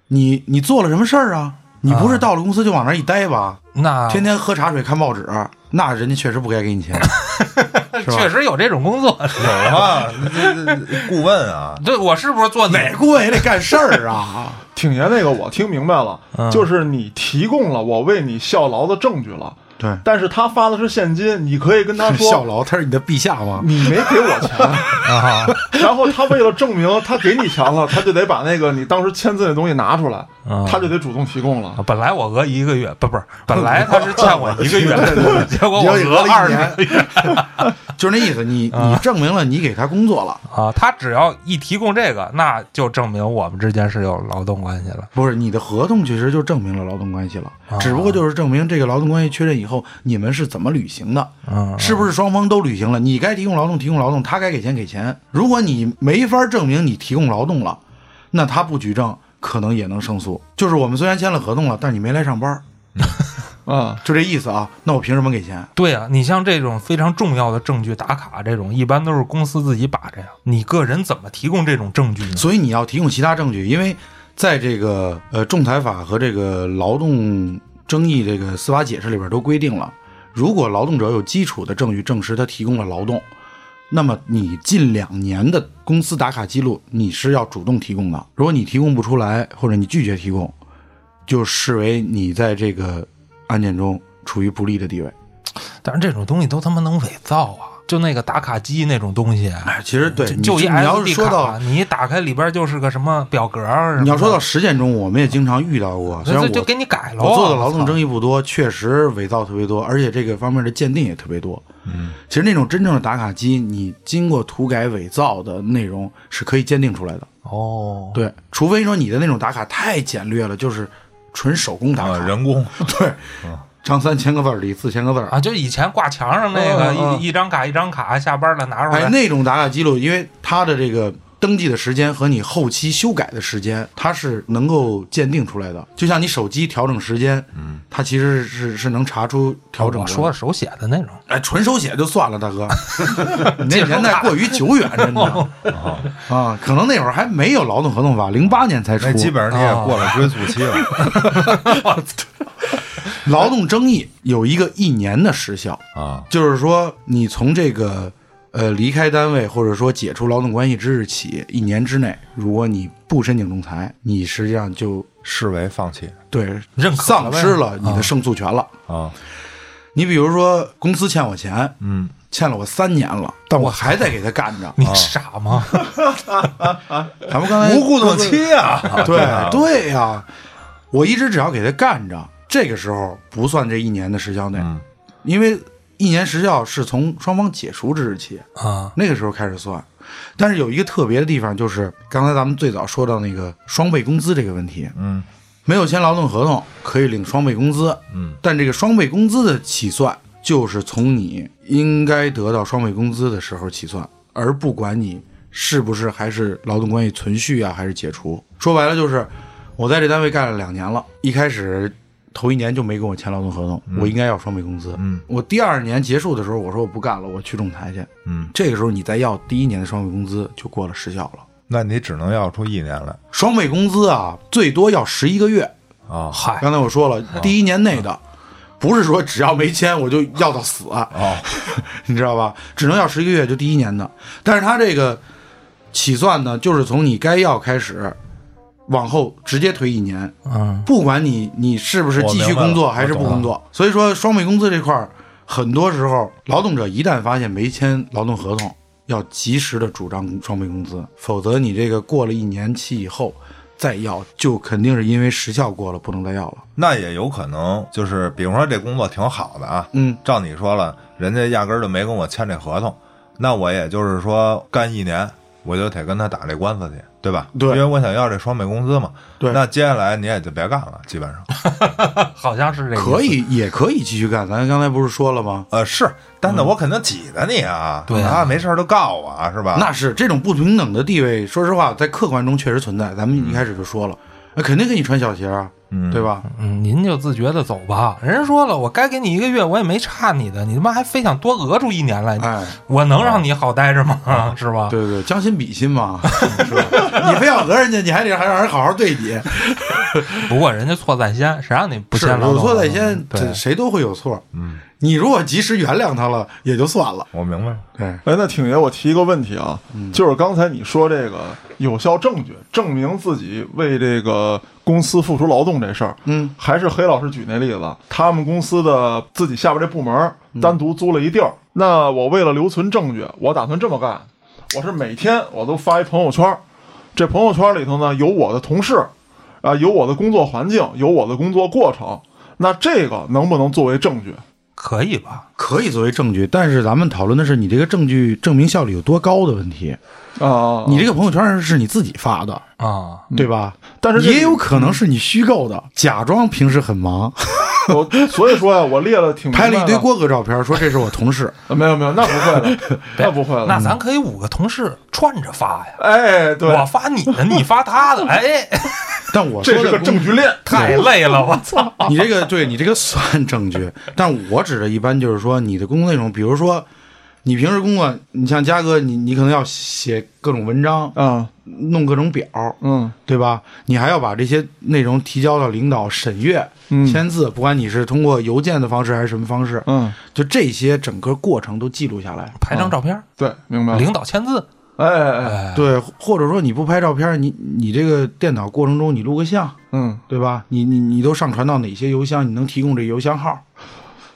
S2: 你你做了什么事儿啊？你不是到了公司就往那儿一待吧？
S3: 那
S2: 天天喝茶水看报纸，那人家确实不该给 你钱。
S3: 确实有这种工作。
S1: 有啊，这这这顾问啊，
S3: 对我是不是做哪
S2: 哪顾问也得干事儿啊！
S6: 嗯挺爷那个我听明白了，就是你提供了我为你效劳的证据了，
S2: 对
S6: 但是他发的是现金，你可以跟 他
S2: 效
S6: 说
S2: 劳他是你的陛下吗？
S6: 你没给我钱，
S3: 啊，
S6: 然后他为了证明他给你钱了，他就得把那个你当时签字的东西拿出来
S3: 啊，
S6: 他就得主动提供了。
S3: 本来我讹一个月，不不是，本来他是欠我一个月， 结果我讹二十个月
S2: 就是那意思，你你
S3: 啊
S2: 证明了你给他工作了，
S3: 啊。他只要一提供这个，那就证明我们之间是有劳动关系了。
S2: 不是你的合同其实就证明了劳动关系了，只不过就是证明这个劳动关系确认以后你们是怎么履行的，
S3: 嗯，
S2: 是不是双方都履行了？你该提供劳动提供劳动，他该给钱给钱。如果你没法证明你提供劳动了，那他不举证可能也能胜诉。就是我们虽然签了合同了，但你没来上班，
S6: 啊，
S2: 就这意思啊。那我凭什么给钱？
S3: 对啊，你像这种非常重要的证据打卡这种，一般都是公司自己把着呀。你个人怎么提供这种证据呢？
S2: 所以你要提供其他证据，因为在这个呃仲裁法和这个劳动争议这个司法解释里边都规定了，如果劳动者有基础的证据证实他提供了劳动，那么你近两年的公司打卡记录你是要主动提供的。如果你提供不出来，或者你拒绝提供，就视为你在这个案件中处于不利的地位。
S3: 但是这种东西都他妈能伪造啊！就那个打卡机那种东西，
S2: 哎，其实对，
S3: 就
S2: 你
S3: 就一
S2: 你要是
S3: SD
S2: 说到
S3: 卡，你一打开里边就是个什么表格儿什么的。
S2: 你要说到实践中，我们也经常遇到过，啊虽然
S3: 那
S2: 我
S3: 就就给你改了。
S2: 我做的劳动
S3: 议。
S2: 争议不多，确实伪造特别多，而且这个方面的鉴定也特别多。嗯，其实那种真正的打卡机，你经过涂改伪造的内容是可以鉴定出来的。
S3: 哦，
S2: 对，除非说你的那种打卡太简略了，就是纯手工打
S1: 啊，
S2: 卡，
S1: 人 工
S2: 对，张三千个字儿，李四千个字儿。
S3: 啊，就以前挂墙上那个、一一张卡一张卡，下班了拿出来。
S2: 嗯哎，那种打卡记录，因为它的这个登记的时间和你后期修改的时间，它是能够鉴定出来的。就像你手机调整时间，嗯，它其实是是能查出调整
S3: 我
S2: 的
S3: 说的手写的那种，
S2: 哎，纯手写就算了，大哥，你那年代过于久远，真的啊，可能那会儿还没有劳动合同法，零八年才出
S1: 那。基本上你也过
S2: 啊
S1: 了追溯期了。
S2: 劳动争议有一个一年的时效，
S1: 啊，
S2: 就是说你从这个呃离开单位或者说解除劳动关系之日起一年之内，如果你不申请仲裁，你实际上就
S1: 视为放弃
S2: 对
S3: 认可了
S2: 丧
S3: 呗
S2: 失了你的胜诉权了。
S1: 啊，
S2: 你比如说公司欠我钱，
S1: 嗯，
S2: 欠了我三年了，但我还在给他干着。
S3: 你傻 吗？
S2: 咱们刚才
S1: 无故作妻啊，
S2: 哎对对呀、我一直只要给他干着，这个时候不算这一年的时效内，因为一年时效是从双方解除之日起，
S3: 啊，
S2: 那个时候开始算。但是有一个特别的地方，就是刚才咱们最早说到那个双倍工资这个问题，
S1: 嗯，
S2: 没有签劳动合同可以领双倍工资，
S1: 嗯，
S2: 但这个双倍工资的起算就是从你应该得到双倍工资的时候起算，而不管你是不是还是劳动关系存续啊，还是解除。说白了就是，我在这单位干了两年了，一开始头一年就没跟我签劳动合同，我应该要双倍工资，
S1: 嗯，
S2: 我第二年结束的时候，我说我不干了，我去仲裁去，
S1: 嗯，
S2: 这个时候你再要第一年的双倍工资就过了时效了。
S1: 那你只能要出一年来
S2: 双倍工资啊，最多要十一个月，
S1: 啊
S3: 嗨，
S2: 刚才我说了，第一年内的，不是说只要没签我就要到死，啊
S1: 哦，
S2: 你知道吧？只能要十一个月，就第一年的。但是他这个起算呢，就是从你该要开始，往后直接推一年，
S3: 嗯，
S2: 不管你你是不是继续工
S1: 我明白
S2: 作
S1: 了
S2: 还是不工作。所以说，双倍工资这块儿，很多时候劳动者一旦发现没签劳动合同，要及时的主张双倍工资，否则你这个过了一年期以后再要，就肯定是因为时效过了，不能再要了。
S1: 那也有可能就是，比如说这工作挺好的啊，
S2: 嗯，
S1: 照你说了，人家压根儿就没跟我签这合同，那我也就是说干一年，我就得跟他打这官司去，对吧？
S2: 对
S1: 因为我想要这双倍工资嘛。
S2: 对
S1: 那接下来你也就别干了，基本上。
S3: 好像是这个。
S2: 可，以，也可以继续干。咱刚才不是说了吗？
S1: 呃，是，但那我肯定挤着你啊，
S3: 对啊
S1: 啊，没事儿就告我啊，是吧？
S2: 那是这种不平等的地位，说实话，在客观中确实存在。咱们一开始就说了，那肯定给你穿小鞋啊，
S1: 嗯
S2: 对吧？
S3: 嗯，您就自觉的走吧。人家说了，我该给你一个月，我也没差你的，你他妈还非想多讹出一年来，
S1: 嗯
S2: 哎，啊
S3: 我能让你好待着吗？ 是吧？
S2: 对对，将心比心嘛， 是吧？你非要讹人家，你还得还让人好好对你。
S3: 不过人家错在先，谁让你不
S2: 是
S3: 先劳
S2: 有
S3: 动
S2: 错在
S3: 合
S2: 先，
S3: 同
S2: 这
S3: 对，
S2: 谁都会有错。嗯，你如果及时原谅他了，也就算了。
S1: 我明白了。
S2: 对，
S6: 哎，那挺爷，我提一个问题啊，
S2: 嗯
S6: 就是刚才你说这个有效证据证明自己为这个公司付出劳动这事儿，
S2: 嗯，
S6: 还是黑老师举那例子，他们公司的自己下边这部门
S2: 嗯
S6: 单独租了一地儿，那我为了留存证据，我打算这么干，我是每天我都发一朋友圈儿，这朋友圈儿里头呢有我的同事，啊、有我的工作环境，有我的工作过程，那这个能不能作为证据？
S3: 可以吧？
S2: 可以作为证据，但是咱们讨论的是你这个证据证明效率有多高的问题。
S6: 啊、
S2: 你这个朋友圈是你自己发的，
S3: 啊，
S2: 对吧？
S6: 但是
S2: 嗯
S6: 这
S2: 也有可能是你虚构的，假装平时很忙，
S6: 我所以说呀、我列了挺明白
S2: 拍
S6: 的
S2: 了一堆郭哥照片，说这是我同事。
S6: 啊没有没有，那不会的，
S3: 别
S6: 那不
S2: 嗯
S6: 会的。嗯
S3: 那咱可以五个同事串着发呀，
S6: 哎，对，
S3: 我发你的，你发他的，哎，
S2: 但我
S6: 这
S2: 说
S6: 是
S2: 的
S6: 个证据链。
S3: 太累了，我操！
S2: 你这个对你这个算证据，但我指的一般就是说你的工作内容，比如说你平时工作，你像嘉哥，你你可能要写各种文章，
S6: 啊，
S2: 弄各种表，
S6: 嗯
S2: 对吧？你还要把这些内容提交到领导审阅、
S6: 嗯
S2: 签字，不管你是通过邮件的方式还是什么方式，
S6: 嗯，
S2: 就这些整个过程都记录下来。
S3: 拍张照片，
S6: 对，明白了。
S3: 领导签字，
S6: 哎哎哎，
S3: 哎，
S2: 对，或者说你不拍照片，你你这个电脑过程中你录个像，
S6: 嗯，
S2: 对吧？你你你都上传到哪些邮箱？你能提供这邮箱号？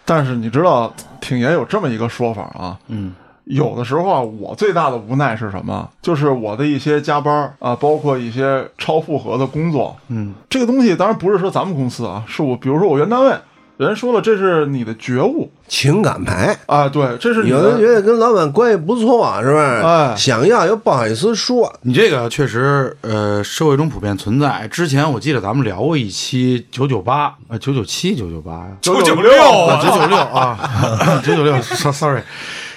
S6: 但是你知道，挺爷有这么一个说法啊，
S2: 嗯，
S6: 有的时候啊，我最大的无奈是什么？就是我的一些加班儿啊，包括一些超负荷的工作，
S2: 嗯，
S6: 这个东西当然不是说咱们公司啊，是我，比如说我原单位，人说了这是你的觉悟
S5: 情感牌。
S6: 啊，对，这是你
S5: 有的觉
S6: 的，
S5: 得跟老板关系不错，是不是？
S6: 哎
S5: 想要又不好意思说，
S2: 你这个确实，呃，社会中普遍存在。之前我记得咱们聊过一期九九八，呃，九九七、九九八呀，
S6: 996
S2: 啊，九九六啊，九九六，sorry，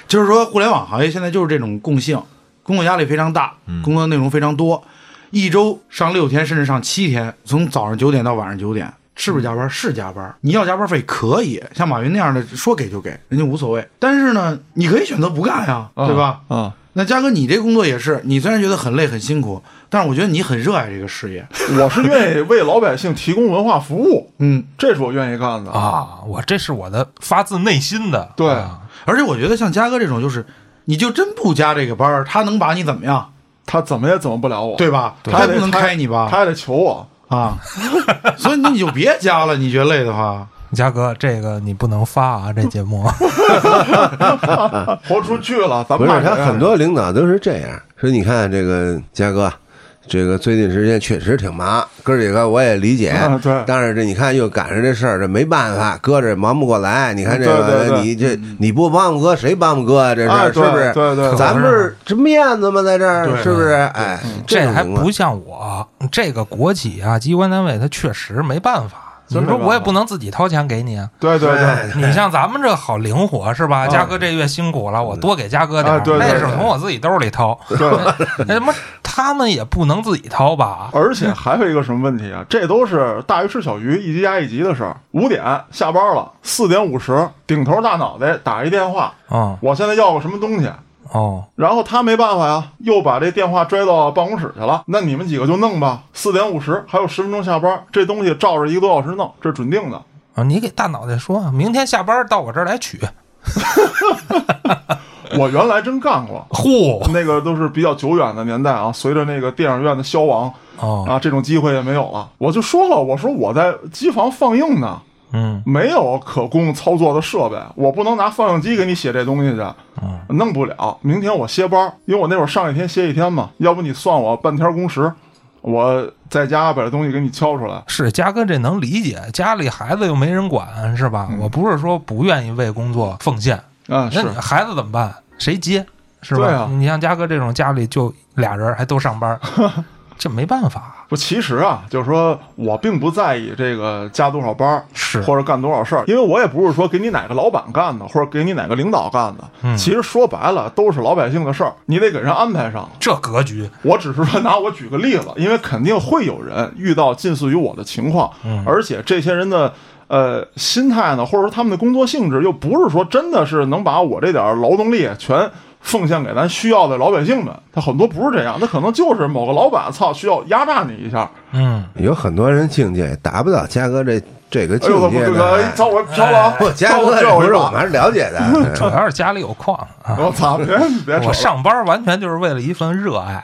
S2: 就是说互联网行业现在就是这种共性，工作压力非常大，工作内容非常多，一周上六天甚至上七天，从早上九点到晚上九点，是不是加班？是加班。你要加班费可以，像马云那样的说给就给，人家无所谓。但是呢，你可以选择不干呀，对吧？
S6: 啊，
S2: 那嘉哥，你这工作也是，你虽然觉得很累很辛苦，但是我觉得你很热爱这个事业。
S6: 我是愿意为老百姓提供文化服务，
S2: 嗯，
S6: 这是我愿意干的。
S3: 啊，我这是我的发自内心的，
S6: 对
S3: 啊
S2: 而且我觉得像嘉哥这种，就是你就真不加这个班儿，他能把你怎么样，
S6: 他怎么也怎么不了我，
S2: 对吧？
S6: 他
S2: 他
S6: 也
S2: 也
S6: 得
S2: 不能开你
S6: 他
S2: 吧？
S6: 也得求我。
S2: 啊，所以你就别加了，你觉得累的话，
S3: 嘉哥，这个你不能发啊，这节 目
S6: 豁啊出去了，咱
S5: 不
S6: 们
S5: 是
S6: 骂
S5: 他
S6: 人
S5: 很多领导都是这样说。你看这个嘉哥，这个最近时间确实挺忙，哥几个我也理解。
S6: 啊对
S5: 但是这你看又赶上这事儿，这没办法，哥这忙不过来。你看这个，
S6: 对对对
S5: 你这你不帮我哥，谁帮我哥啊？这事儿、
S6: 哎
S5: 是
S6: 对
S5: 不是？
S6: 对对对
S5: 咱们是这面子吗？在这儿是不是？哎，
S6: 嗯
S5: 这
S3: 这
S5: 种
S3: 还
S6: 啊
S5: 情况
S3: 不像我这个国企啊，机关单位，它确实没办法。你
S6: 真没
S3: 说
S6: 办法哎
S3: 我也不能自己掏钱给你啊。
S6: 对对对，
S3: 你像咱们这好灵活是吧？嘉哥这月辛苦了，我多给嘉哥点儿
S6: 啊啊，对对
S3: 那
S6: 对
S3: 是从我自己兜里掏。 那什么，他们也不能自己掏吧？
S6: 而且还有一个什么问题啊？这都是大鱼吃小鱼，一级压一级的事儿。五点下班了，四点五十，顶头大脑袋打一电话，
S3: 嗯，
S6: 我现在要个什么东西。
S3: 哦，
S6: 然后他没办法呀，又把这电话拽到办公室去了。那你们几个就弄吧，四点五十还有十分钟下班，这东西照着一个多小时弄，这是准定的。
S3: 啊，你给大脑袋说，啊明天下班到我这儿来取。
S6: 我原来真干过，
S3: 嚯，
S6: 那个都是比较久远的年代啊。随着那个电影院的消亡，
S3: 哦，
S6: 啊，这种机会也没有了。我就说了，我说我在机房放映呢，
S3: 嗯，
S6: 没有可供操作的设备，我不能拿放映机给你写这东西去，
S3: 嗯
S6: 弄不了。明天我歇班儿，因为我那会儿上一天歇一天嘛，要不你算我半天工时，我在家把这东西给你敲出来。
S3: 是嘉哥这能理解，家里孩子又没人管是吧？我不是说不愿意为工作奉献，
S6: 啊，
S3: 那
S6: 是
S3: 你孩子怎么办？谁接？是吧？
S6: 对啊
S3: 你像嘉哥这种家里就俩人，还都上班，这没办法。
S6: 不，其实啊，就是说我并不在意这个加多少班儿，
S3: 是
S6: 或者干多少事儿，因为我也不是说给你哪个老板干的，或者给你哪个领导干的。
S3: 嗯
S6: 其实说白了，都是老百姓的事儿，你得给人安排上了。
S3: 这格局，
S6: 我只是说拿我举个例子，因为肯定会有人遇到近似于我的情况，
S3: 嗯
S6: 而且这些人的呃心态呢，或者说他们的工作性质，又不是说真的是能把我这点儿劳动力全奉献给咱需要的老百姓们，他很多不是这样，他可能就是某个老板操需要压榨你一下，
S3: 嗯，
S5: 有很多人境界达不到嘉哥这这个
S6: 哎
S5: 境
S6: 呦，我
S5: 界
S6: 不
S5: 的。
S6: 哎，操我飘了啊，
S5: 不，嘉
S6: 操
S5: 哥
S6: 我
S5: 这不
S6: 叫我一
S5: 是我们
S6: 把，
S5: 还是了解的。
S3: 主要是家里有矿啊。
S6: 我操，别别扯
S3: 我
S6: 了，
S3: 上班完全就是为了一份热爱，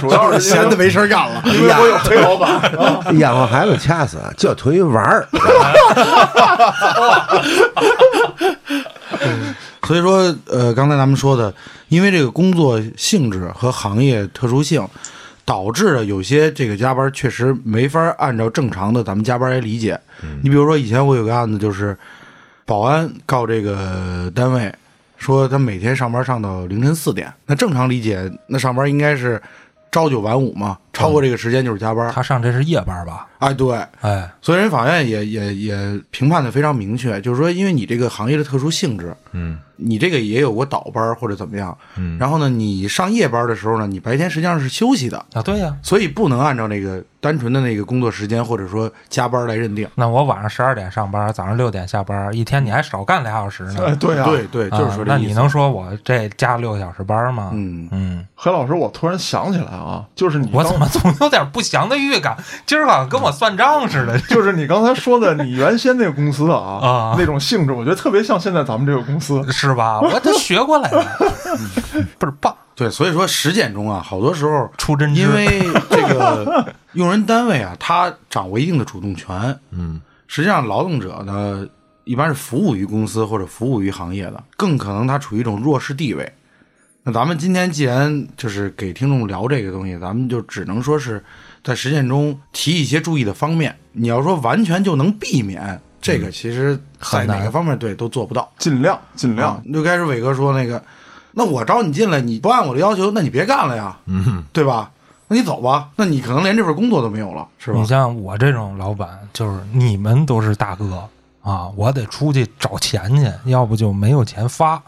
S6: 主要是
S4: 闲的没事儿干 了。
S6: 因为我有黑老板 啊，
S5: 养活哎孩子掐死就图一玩儿，
S2: 所以说，呃，刚才咱们说的，因为这个工作性质和行业特殊性，导致了有些这个加班确实没法按照正常的咱们加班来理解。你比如说，以前我有个案子，就是保安告这个单位说他每天上班上到凌晨四点，那正常理解，那上班应该是朝九晚五嘛，超过这个时间就是加班。
S3: 他上这是夜班吧？
S2: 哎，对，
S3: 哎，
S2: 所以人法院也也也评判的非常明确，就是说，因为你这个行业的特殊性质，
S1: 嗯，
S2: 你这个也有过倒班儿或者怎么样，嗯，然后呢，你上夜班的时候呢，你白天实际上是休息的，
S3: 啊，对呀、
S2: 所以不能按照那个单纯的那个工作时间或者说加班来认定。
S3: 那我晚上十二点上班，早上六点下班，一天你还少干俩小时
S6: 哎，
S3: 呢。
S6: 对呀、
S2: 对对，就是说这
S3: 啊那
S2: 意
S3: 你
S2: 思。
S3: 能说我这加六个小时班吗？
S2: 嗯
S3: 嗯，
S6: 黑老师，我突然想起来啊，就是你
S3: 我
S6: 刚
S3: 怎么总有点不祥的预感？今儿好像跟我算账似的。
S6: 就是你刚才说的，你原先那个公司啊
S3: 啊，
S6: 那种性质，我觉得特别像现在咱们这个公司。
S3: 是吧？我都学过来了，倍儿棒，
S2: 对，所以说实践中啊，好多时候
S3: 出真知。
S2: 因为这 个用人单位啊，他掌握一定的主动权。
S1: 嗯，
S2: 实际上劳动者呢，一般是服务于公司或者服务于行业的，更可能他处于一种弱势地位。那咱们今天既然就是给听众聊这个东西，咱们就只能说是在实践中提一些注意的方面。你要说完全就能避免，这个其实在
S3: 嗯很难
S2: 哪个方面对都做不到。
S6: 尽量尽量、
S2: 啊，就开始伟哥说那个，那我招你进来，你不按我的要求，那你别干了呀，嗯，对吧？那你走吧，那你可能连这份工作都没有了，是吧
S3: 你？像我这种老板，就是你们都是大哥啊，我得出去找钱去，要不就没有钱发。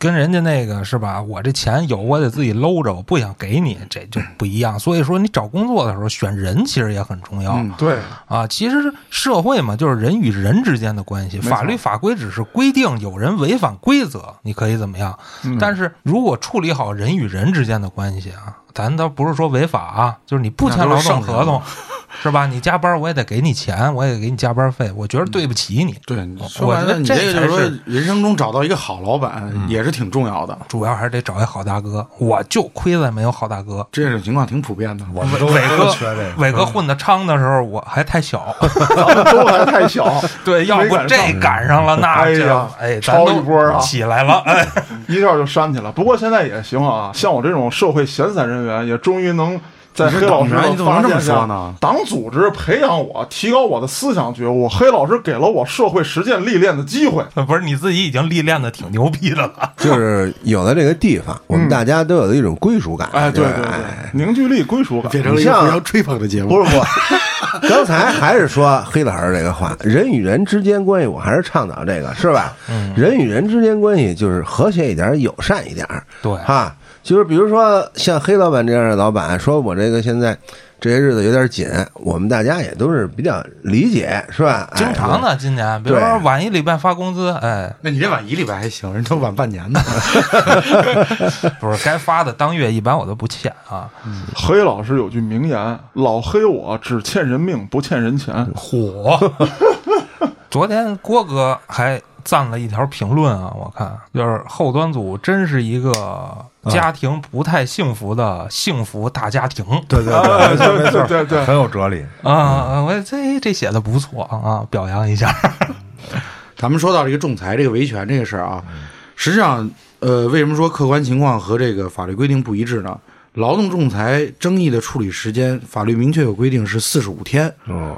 S3: 跟人家那个是吧？我这钱有，我得自己搂着，我不想给你，这就不一样。所以说，你找工作的时候选人其实也很重要、
S2: 嗯
S6: 对，
S3: 啊。其实社会嘛，就是人与人之间的关系，
S6: 错
S3: 法律法规只是规定有人违反规则，你可以怎么样。
S2: 嗯
S3: 但是如果处理好人与人之间的关系啊，咱倒不是说违法啊，就是你不签劳动合同，是吧？你加班我也得给你钱，我也得给你加班费，我觉得对不起你。
S2: 嗯对，
S3: 我
S2: 说
S3: 我
S2: 白
S3: 觉
S2: 了，
S3: 得
S2: 你
S3: 这
S2: 个就
S3: 才
S2: 是说
S3: 是，
S2: 人生中找到一个好老板也是挺重要的，
S3: 主要还是得找一好大哥，我就亏在没有好大哥。
S2: 这种情况挺普遍的。
S1: 我们都
S3: 伟
S1: 都
S3: 哥
S1: 缺这个，
S3: 伟哥混的昌的时候，我还太 小，
S6: 都还太小，
S3: 对，要不
S6: 没赶上
S3: 这赶上了，那
S6: 哎呀
S3: 就哎，咱
S6: 超一波啊
S3: 都起来了，哎，
S6: 一下就删去了。不过现在也行啊，像我这种社会闲散人员，也终于能在黑老师
S2: 你
S6: 的
S2: 怎么
S6: 发
S2: 这么
S6: 现
S2: 说
S6: 下
S2: 呢，
S6: 党组织培养我、提高我的思想觉悟。黑老师给了我社会实践历练的机会。
S3: 不是你自己已经历练的挺牛逼的了，
S5: 就是有了这个地方，我们大家都有一种归属感。
S6: 哎，对
S5: 是吧
S6: 对对
S5: 哎，
S6: 凝聚力、归属感。
S4: 变成了一
S5: 你
S4: 个
S5: 像
S4: 互 相吹捧的节目。
S5: 不是不，哎刚才还是说黑老师这个话，人与人之间关系，我还是倡导这个，是吧？人与人之间关系就是和谐一点儿，友善一点儿，
S3: 对
S5: 哈。就是比如说像黑老板这样的老板，说我这个现在这些日子有点紧，我们大家也都是比较理解，是吧？哎
S3: 经常的，今年，比如
S5: 对
S3: 说晚一礼拜发工资，哎，
S2: 那你这晚一礼拜还行，人都晚半年呢。
S3: 不是该发的当月一般我都不欠啊，
S6: 黑老师有句名言：“老黑我只欠人命，不欠人钱。
S3: 火。 昨天郭哥还赞了一条评论啊，我看就是后端组真是一个
S6: 嗯
S3: 家庭不太幸福的幸福大家庭
S1: 对对
S6: 哎
S1: 对
S6: 对
S1: 没错
S6: 对对对
S1: 很有哲理。
S3: 啊，我这这写的不错啊，表扬一下。
S2: 咱们说到这个仲裁、这个维权这个事儿啊，实际上，呃，为什么说客观情况和这个法律规定不一致呢？劳动仲裁争议的处理时间，法律明确有规定是四十五天。
S5: 哦，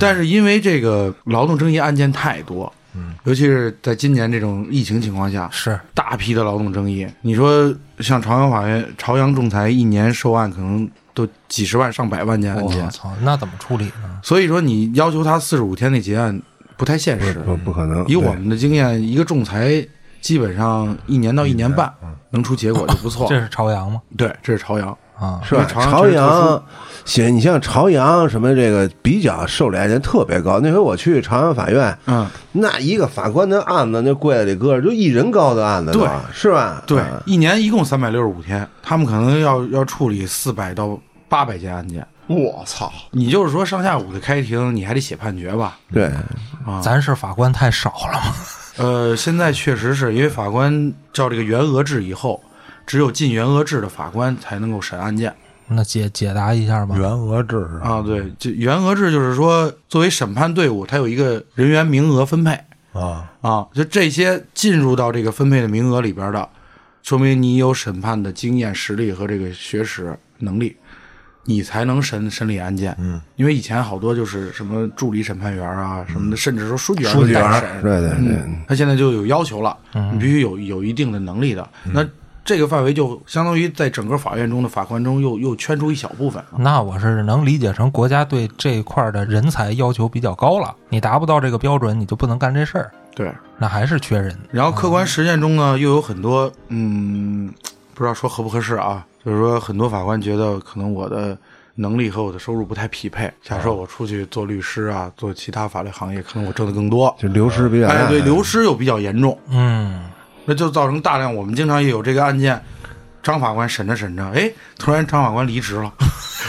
S2: 但是因为这个劳动争议案件太多，嗯，尤其是在今年这种疫情情况下，
S3: 是
S2: 大批的劳动争议。你说像朝阳法院、朝阳仲裁一年受案可能都几十万、上百万件案
S3: 我
S2: 件，
S3: 操，那怎么处理呢？
S2: 所以说你要求他四十五天内结案不太现实。
S5: 不不可能。
S2: 以我们的经验，一个仲裁基本上一年到一年半能出结果就不错。
S3: 这是朝阳吗？
S2: 对，这是朝阳。
S3: 啊，
S5: 是吧？
S2: 因为朝
S5: 朝
S2: 阳确实特
S5: 阳，像你像朝阳什么这个比较受理案件特别高。那回我去朝阳法院，
S2: 嗯，
S5: 那一个法官的案子，那柜子里搁着就一人高的案子呢，
S2: 对
S5: 是吧？
S2: 对
S5: 啊，
S2: 一年一共三百六十五天，他们可能要要处理四百到八百件案件。”
S6: 我操！
S2: 你就是说上下午的开庭，你还得写判决吧？
S5: 对，
S2: 嗯
S3: 咱是法官太少了吗？
S2: 呃，现在确实是因为法官照这个员额制以后，只有进员额制的法官才能够审案件。
S3: 那解解答一下吧。
S1: 员额制是吧？
S2: 啊，对，这员额制就是说，作为审判队伍，它有一个人员名额分配
S1: 啊，
S2: 啊，就这些进入到这个分配的名额里边的，说明你有审判的经验、实力和这个学识能力，你才能审审理案件。嗯，因为以前好多就是什么助理审判员啊什么的，甚至说书记员
S5: 嗯
S2: 嗯
S5: 书记
S2: 都代
S5: 员嗯
S2: 审，
S5: 对对对，
S2: 他现在就有要求了，你必须有有一定的能力的。
S5: 嗯
S2: 那这个范围就相当于在整个法院中的法官中又又圈出一小部分啊。
S3: 那我是能理解成国家对这一块的人才要求比较高了，你达不到这个标准，你就不能干这事儿，
S2: 对，
S3: 那还是缺人。
S2: 然后客观实践中呢，又有很多嗯，不知道说合不合适啊，就是说很多法官觉得可能我的能力和我的收入不太匹配。假设我出去做律师啊，做其他法律行业，可能我挣的更多。
S5: 就流失比较
S2: 哎，
S5: 大
S2: 对，。流失又比较严重，
S3: 嗯，
S2: 那就造成大量我们经常也有这个案件，张法官审着审着，哎，突然张法官离职 了，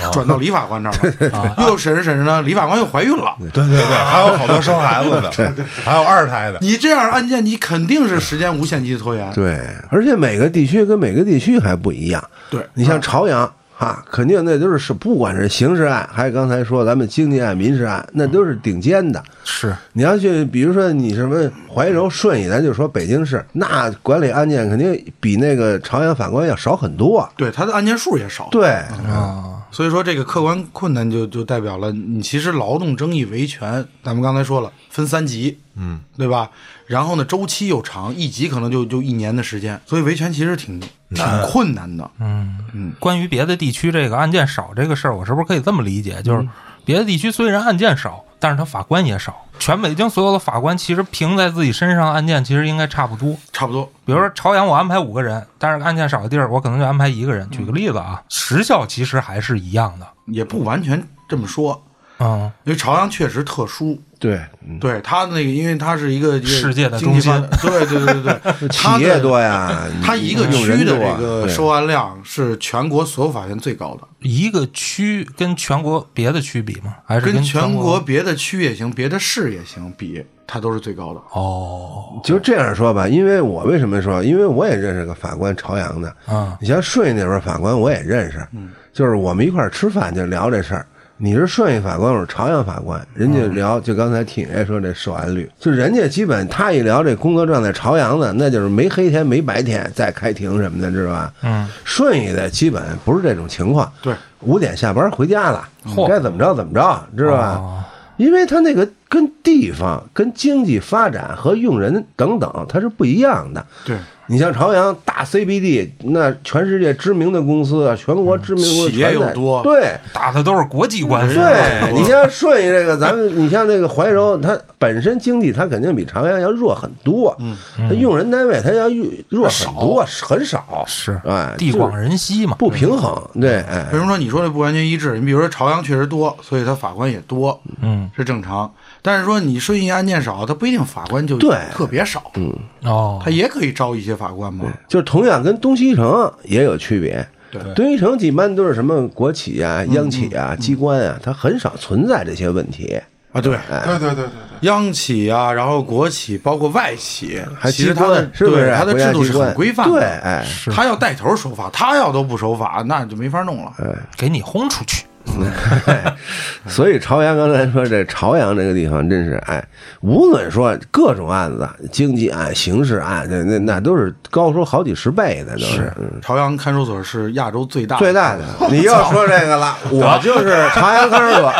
S2: 哦转到李法官那儿 了，又审着审着呢，李法官又怀孕了。
S1: 对对对，还有好多生孩子的，还有二胎的，
S2: 你这样案件，你肯定是时间无限期拖延。
S5: 对，而且每个地区跟每个地区还不一样。
S2: 对嗯
S5: 你像朝阳哈，肯定那都是是不管是刑事案，还有刚才说咱们经济案、民事案，那都是顶尖的。
S3: 是
S5: 你要去，比如说你什么怀柔、顺义，咱就说北京市，那管理案件肯定比那个朝阳法官要少很多。
S2: 对，他的案件数也少。
S5: 对，
S3: 啊，
S2: 所以说，这个客观困难就就代表了你其实劳动争议维权，咱们刚才说了分三级，嗯，对吧？然后呢，周期又长，一级可能就就一年的时间，所以维权其实挺挺困难的。
S3: 嗯关于别的地区这个案件少这个事儿，我是不是可以这么理解？就是别的地区虽然案件少，但是他法官也少。全北京所有的法官其实评在自己身上的案件其实应该差不多。
S2: 差不多，
S3: 比如说朝阳，我安排五个人，但是案件少的地儿，我可能就安排一个人。
S5: 嗯
S3: 举个例子啊，时效其实还是一样的。
S2: 也不完全这么说，
S3: 嗯，
S2: 因为朝阳确实特殊，
S5: 对，
S2: 对它那个，因为它是一个
S3: 世界的
S2: 经济
S3: 中心
S2: 发对对对对对，它
S5: 企
S2: 的
S5: 业多呀，
S2: 它一个
S5: 用人
S2: 区的
S5: 多啊
S2: 这个
S5: 对
S2: 收案量是全国所有法院最高的，
S3: 一个区跟全国别的区比吗？还是
S2: 跟全
S3: 全
S2: 国别的区也行，别的市也行比，它都是最高的。
S3: 哦，
S5: 就这样说吧，因为我为什么说？因为我也认识个法官朝阳的，
S3: 嗯，
S5: 你像顺义那边法官我也认识，就是我们一块儿吃饭就聊这事儿。你是顺义法官，我是朝阳法官，人家
S3: 嗯
S5: 聊就刚才听人家说这受案率，就人家基本他一聊这工作状态，朝阳的那就是没黑天没白天在开庭什么的，知道吧？
S3: 嗯，
S5: 顺义的基本不是这种情况，
S2: 对，
S5: 五点下班回家了，
S3: 嚯
S5: 该怎么着怎么着，知道吧？
S3: 哦
S5: 因为它那个跟地方、跟经济发展和用人等等，它是不一样的。
S2: 对，
S5: 你像朝阳大 CBD，那全世界知名的公司啊，全国知名公司
S2: 企业
S5: 全在
S2: 又多
S5: 对。
S3: 打的都是国际官司。
S5: 嗯对你像顺义这个，咱们你像这个怀柔，它本身经济它肯定比朝阳要弱很多，嗯，它用人单位它要弱弱很多，很少，
S3: 是
S5: 哎，
S3: 地广人稀嘛。
S5: 不平衡，对，哎
S2: 为，什么说你说的不完全一致？你比如说朝阳确实多，所以它法官也多，
S3: 嗯，
S2: 是正常。但是说你顺义案件少，它不一定法官就
S5: 对嗯
S2: 特别少，
S3: 哦
S2: 它，也可以招一些法官嘛。
S5: 就是同样跟东西城也有区别。
S2: 对
S5: 东西城一般都是什么国企啊、央企啊、机关啊，它很少存在这些问题。
S2: 啊，对，
S5: 哎
S6: 对对对对对，
S2: 央企啊，然后国企，包括外企，
S5: 还
S2: 其实
S5: 机
S2: 它的
S5: 关是不
S2: 对
S5: 是？
S2: 它的
S5: 国家
S2: 制度是
S5: 机
S2: 很
S5: 关
S2: 规范的。
S5: 对，哎，
S2: 他要带头守法，他要都不守法，那就没法弄了。
S5: 嗯
S3: 给你轰出去。
S5: 所以朝阳刚才说这朝阳这个地方真是哎，无论说各种案子，经济案、刑事案，那那那都是高出好几十倍的，都是。嗯
S2: 朝阳看守所是亚洲最大的
S5: 最大的，你又说这个了， 我就是朝阳看守所。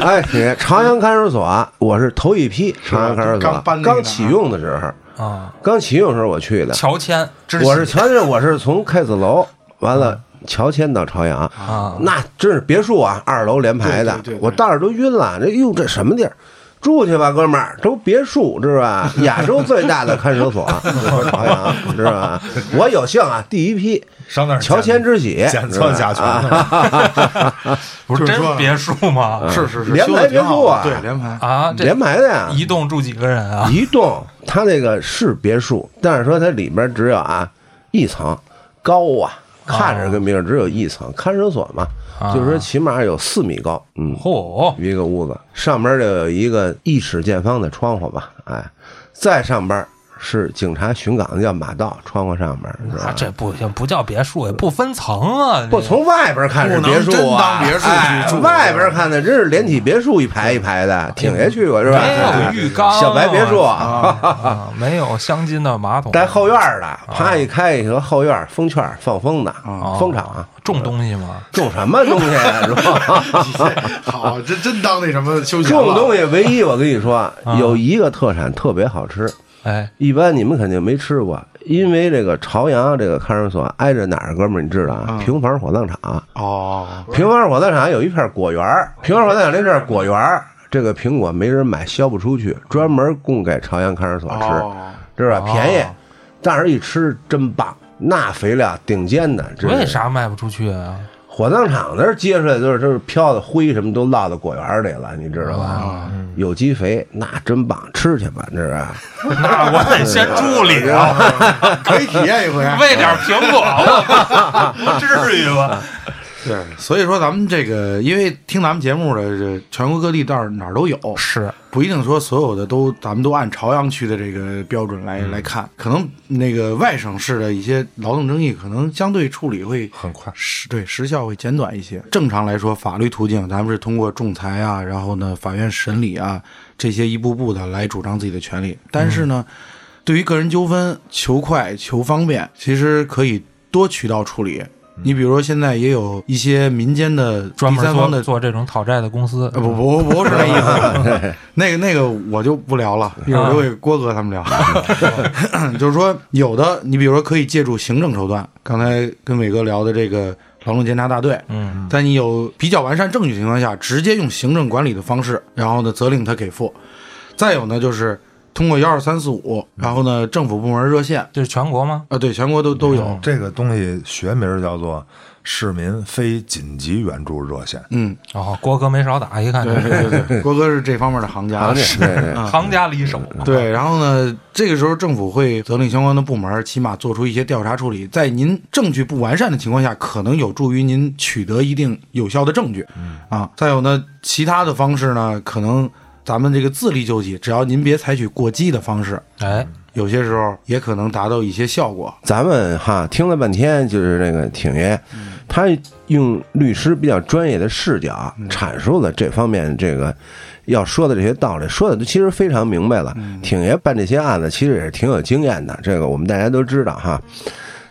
S5: 哎，你朝阳看守所，我是头一批朝阳看守
S2: 刚搬那个
S5: 所，刚启用的时候，
S3: 啊，
S5: 刚启用的时候我去的，
S3: 乔迁，之喜
S5: 我是全是我是从开子楼完
S2: 嗯
S5: 了。乔迁到朝阳
S3: 啊
S5: 那真是别墅啊，二楼连排的
S2: 对对对对，
S5: 我当时都晕了。这哟，这什么地儿？住去吧，哥们儿，都别墅知道吧？亚洲最大的看守所，就是朝阳知道吧？我有幸啊，第一批
S1: 上那儿
S5: 乔迁之喜，
S1: 检测甲醛
S5: 啊，
S1: 的，
S3: 不是
S2: 就是说
S3: 真别墅吗？
S2: 是是是
S5: 嗯连
S2: 修
S5: 排
S2: 的挺好的
S5: 别墅
S2: 对
S5: 啊
S2: 连排。
S3: 啊，这
S5: 连嗯排的呀，
S3: 一栋住几个人啊？
S5: 一栋，它那个是别墅，但是说它里边只有啊一层高
S2: 哦
S5: 啊，看着跟别人只有一层，看守所嘛，
S2: 啊
S5: 就是说起码有四米高，嗯，
S3: 嚯，
S5: 一个屋子上边就有一个一尺见方的窗户吧，哎，再上边是警察巡岗的，叫马道，窗户上面是
S3: 啊
S5: 吧？
S3: 这不行，不叫别墅，也不分层啊。
S5: 不
S3: 这
S5: 从外边看是别墅
S2: 不能真
S5: 啊，
S2: 当别墅去
S5: 哎
S2: 住
S5: 外边看的真是连体别墅一排一排的，挺爷去过是吧？
S2: 哎
S5: 哎
S3: 没有浴缸啊，
S5: 小白别墅
S3: 啊，啊没有镶金的马桶，
S5: 带后院儿
S2: 啊
S5: 的，啪一开一个后院儿风圈儿放风的，
S2: 嗯
S5: 风
S2: 啊
S5: 场
S3: 哦
S5: 啊
S3: 种东西吗？
S5: 种什么东西呀？是吧？
S2: 好，这真当那什么休闲
S5: 种
S2: 了。
S5: 东西唯一我跟你
S2: 啊
S5: 说，有一个特产特别好吃，
S3: 哎，
S5: 一般你们肯定没吃过，因为这个朝阳这个看守所挨着哪儿，哥们儿你知道啊？平房火葬场。
S2: 哦，
S5: 平房火葬场有一片果园儿，平房火葬场那片果园儿，这个苹果没人买，销不出去，专门供给朝阳看守所吃，
S2: 哦
S5: 知道吧？
S3: 哦
S5: 便宜，但是一吃真棒，那肥料顶尖的。这
S3: 为？啥卖不出去啊？
S5: 火葬场那儿接出来就是就是飘的灰什么都落到果园儿里了，你知道吧？有机肥，那真棒，吃去吧，这是。啊
S3: 那我得先住 里啊，
S2: 可以体验一回。啊
S3: 喂点苹果，我至于吗？
S2: 对， 所以说咱们这个，因为听咱们节目的这全国各地到哪儿都有，
S3: 是，
S2: 不一定说所有的都咱们都按朝阳区的这个标准
S5: 嗯
S2: 来、来看，可能那个外省市的一些劳动争议，可能相对处理会很快，时对时效会简短一些。正常来说，法律途径咱们是通过仲裁啊，然后呢法院审理啊这些一步步的来主张自己的权利，但是呢。对于个人纠纷，求快求方便，其实可以多渠道处理。你比如说，现在也有一些民间的
S3: 专
S2: 第
S3: 门
S2: 三方
S3: 做
S2: 的，
S3: 做这种讨债的公司
S2: 呃，不不不是那意思，那个那个我就不聊
S3: 啊
S2: 了，一会儿留给郭哥他们聊。 就是说，有的你比如说可以借助行政手段，刚才跟伟哥聊的这个劳动监察大队，
S3: 嗯，
S2: 在你有比较完善证据情况下，直接用行政管理的方式，然后呢责令他给付。再有呢，就是通过幺二三四五，然后呢政府部门热线
S3: 这是全国吗？
S2: 啊，对，全国都都
S3: 嗯
S2: 有。
S1: 这个东西学名叫做市民非紧急援助热线。
S2: 嗯，
S3: 哦，郭哥没少打，一看
S2: 对嗯
S3: 就是
S2: 对对对，郭哥是这方面的行家
S5: 行。去，对对。
S3: 行家里手。
S5: 啊
S2: 对，然后呢，这个时候政府会责令相关的部门起码做出一些调查处理，在您证据不完善的情况下，可能有助于您取得一定有效的证据。
S5: 嗯
S2: 啊，再有呢，其他的方式呢，可能咱们这个自力救济，只要您别采取过激的方式，
S3: 哎，
S2: 有些时候也可能达到一些效果。
S5: 咱们哈听了半天，就是那个挺爷，他用律师比较专业的视角阐述了这方面这个要说的这些道理，说的都其实非常明白了。挺爷办这些案子其实也是挺有经验的，这个我们大家都知道哈。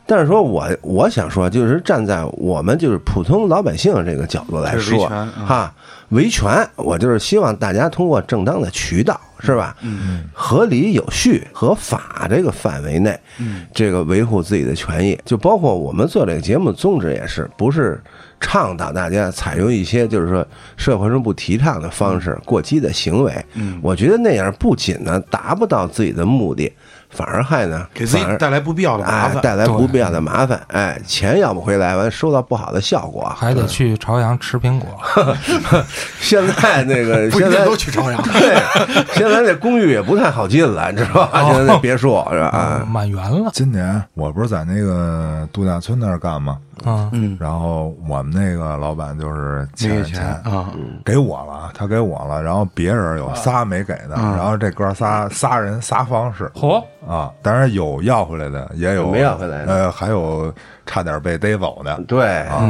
S5: 但是说我我想说，就是站在我们就是普通老百姓这个角度来
S2: 这是维
S5: 说，
S2: 权嗯
S5: 哈，维权，我就是希望大家通过正当的渠道，是吧？嗯，合理有序和法这个范围内，嗯，这个维护自己的权益，就包括我们做这个节目宗旨也是，不是倡导大家采用一些就是说社会上不提倡的方式、过激的行为。嗯，我觉得那样不仅呢达不到自己的目的，反而还呢
S2: 给自己
S5: 反而
S2: 带来不必要的麻
S5: 哎
S2: 烦，
S5: 带来不必要的麻烦，哎，钱要不回来，完收到不好的效果。
S3: 还得去朝阳吃苹果，
S5: 现在那个
S2: 不一
S5: 现
S2: 定
S5: 在。
S2: 都去朝阳
S5: 对，现在那公寓也不太好进了，你知道
S2: 哦
S5: 吧？现在那别墅是吧？
S3: 满员了
S1: 今年我不是在那个度假村那儿干吗？
S3: 啊。
S2: 嗯
S1: 然后我们那个老板就是
S2: 那
S1: 欠
S2: 个钱
S1: 钱
S2: 啊，
S5: 嗯
S1: 给我了，他给我了，然后别人有仨没给的，
S2: 啊
S1: 然后这哥仨仨人仨方式
S3: 嚯，
S1: 啊，当然有要回来的，也有
S5: 没要回来的
S1: 呃，还有差点被逮走的。
S5: 对，
S1: 啊，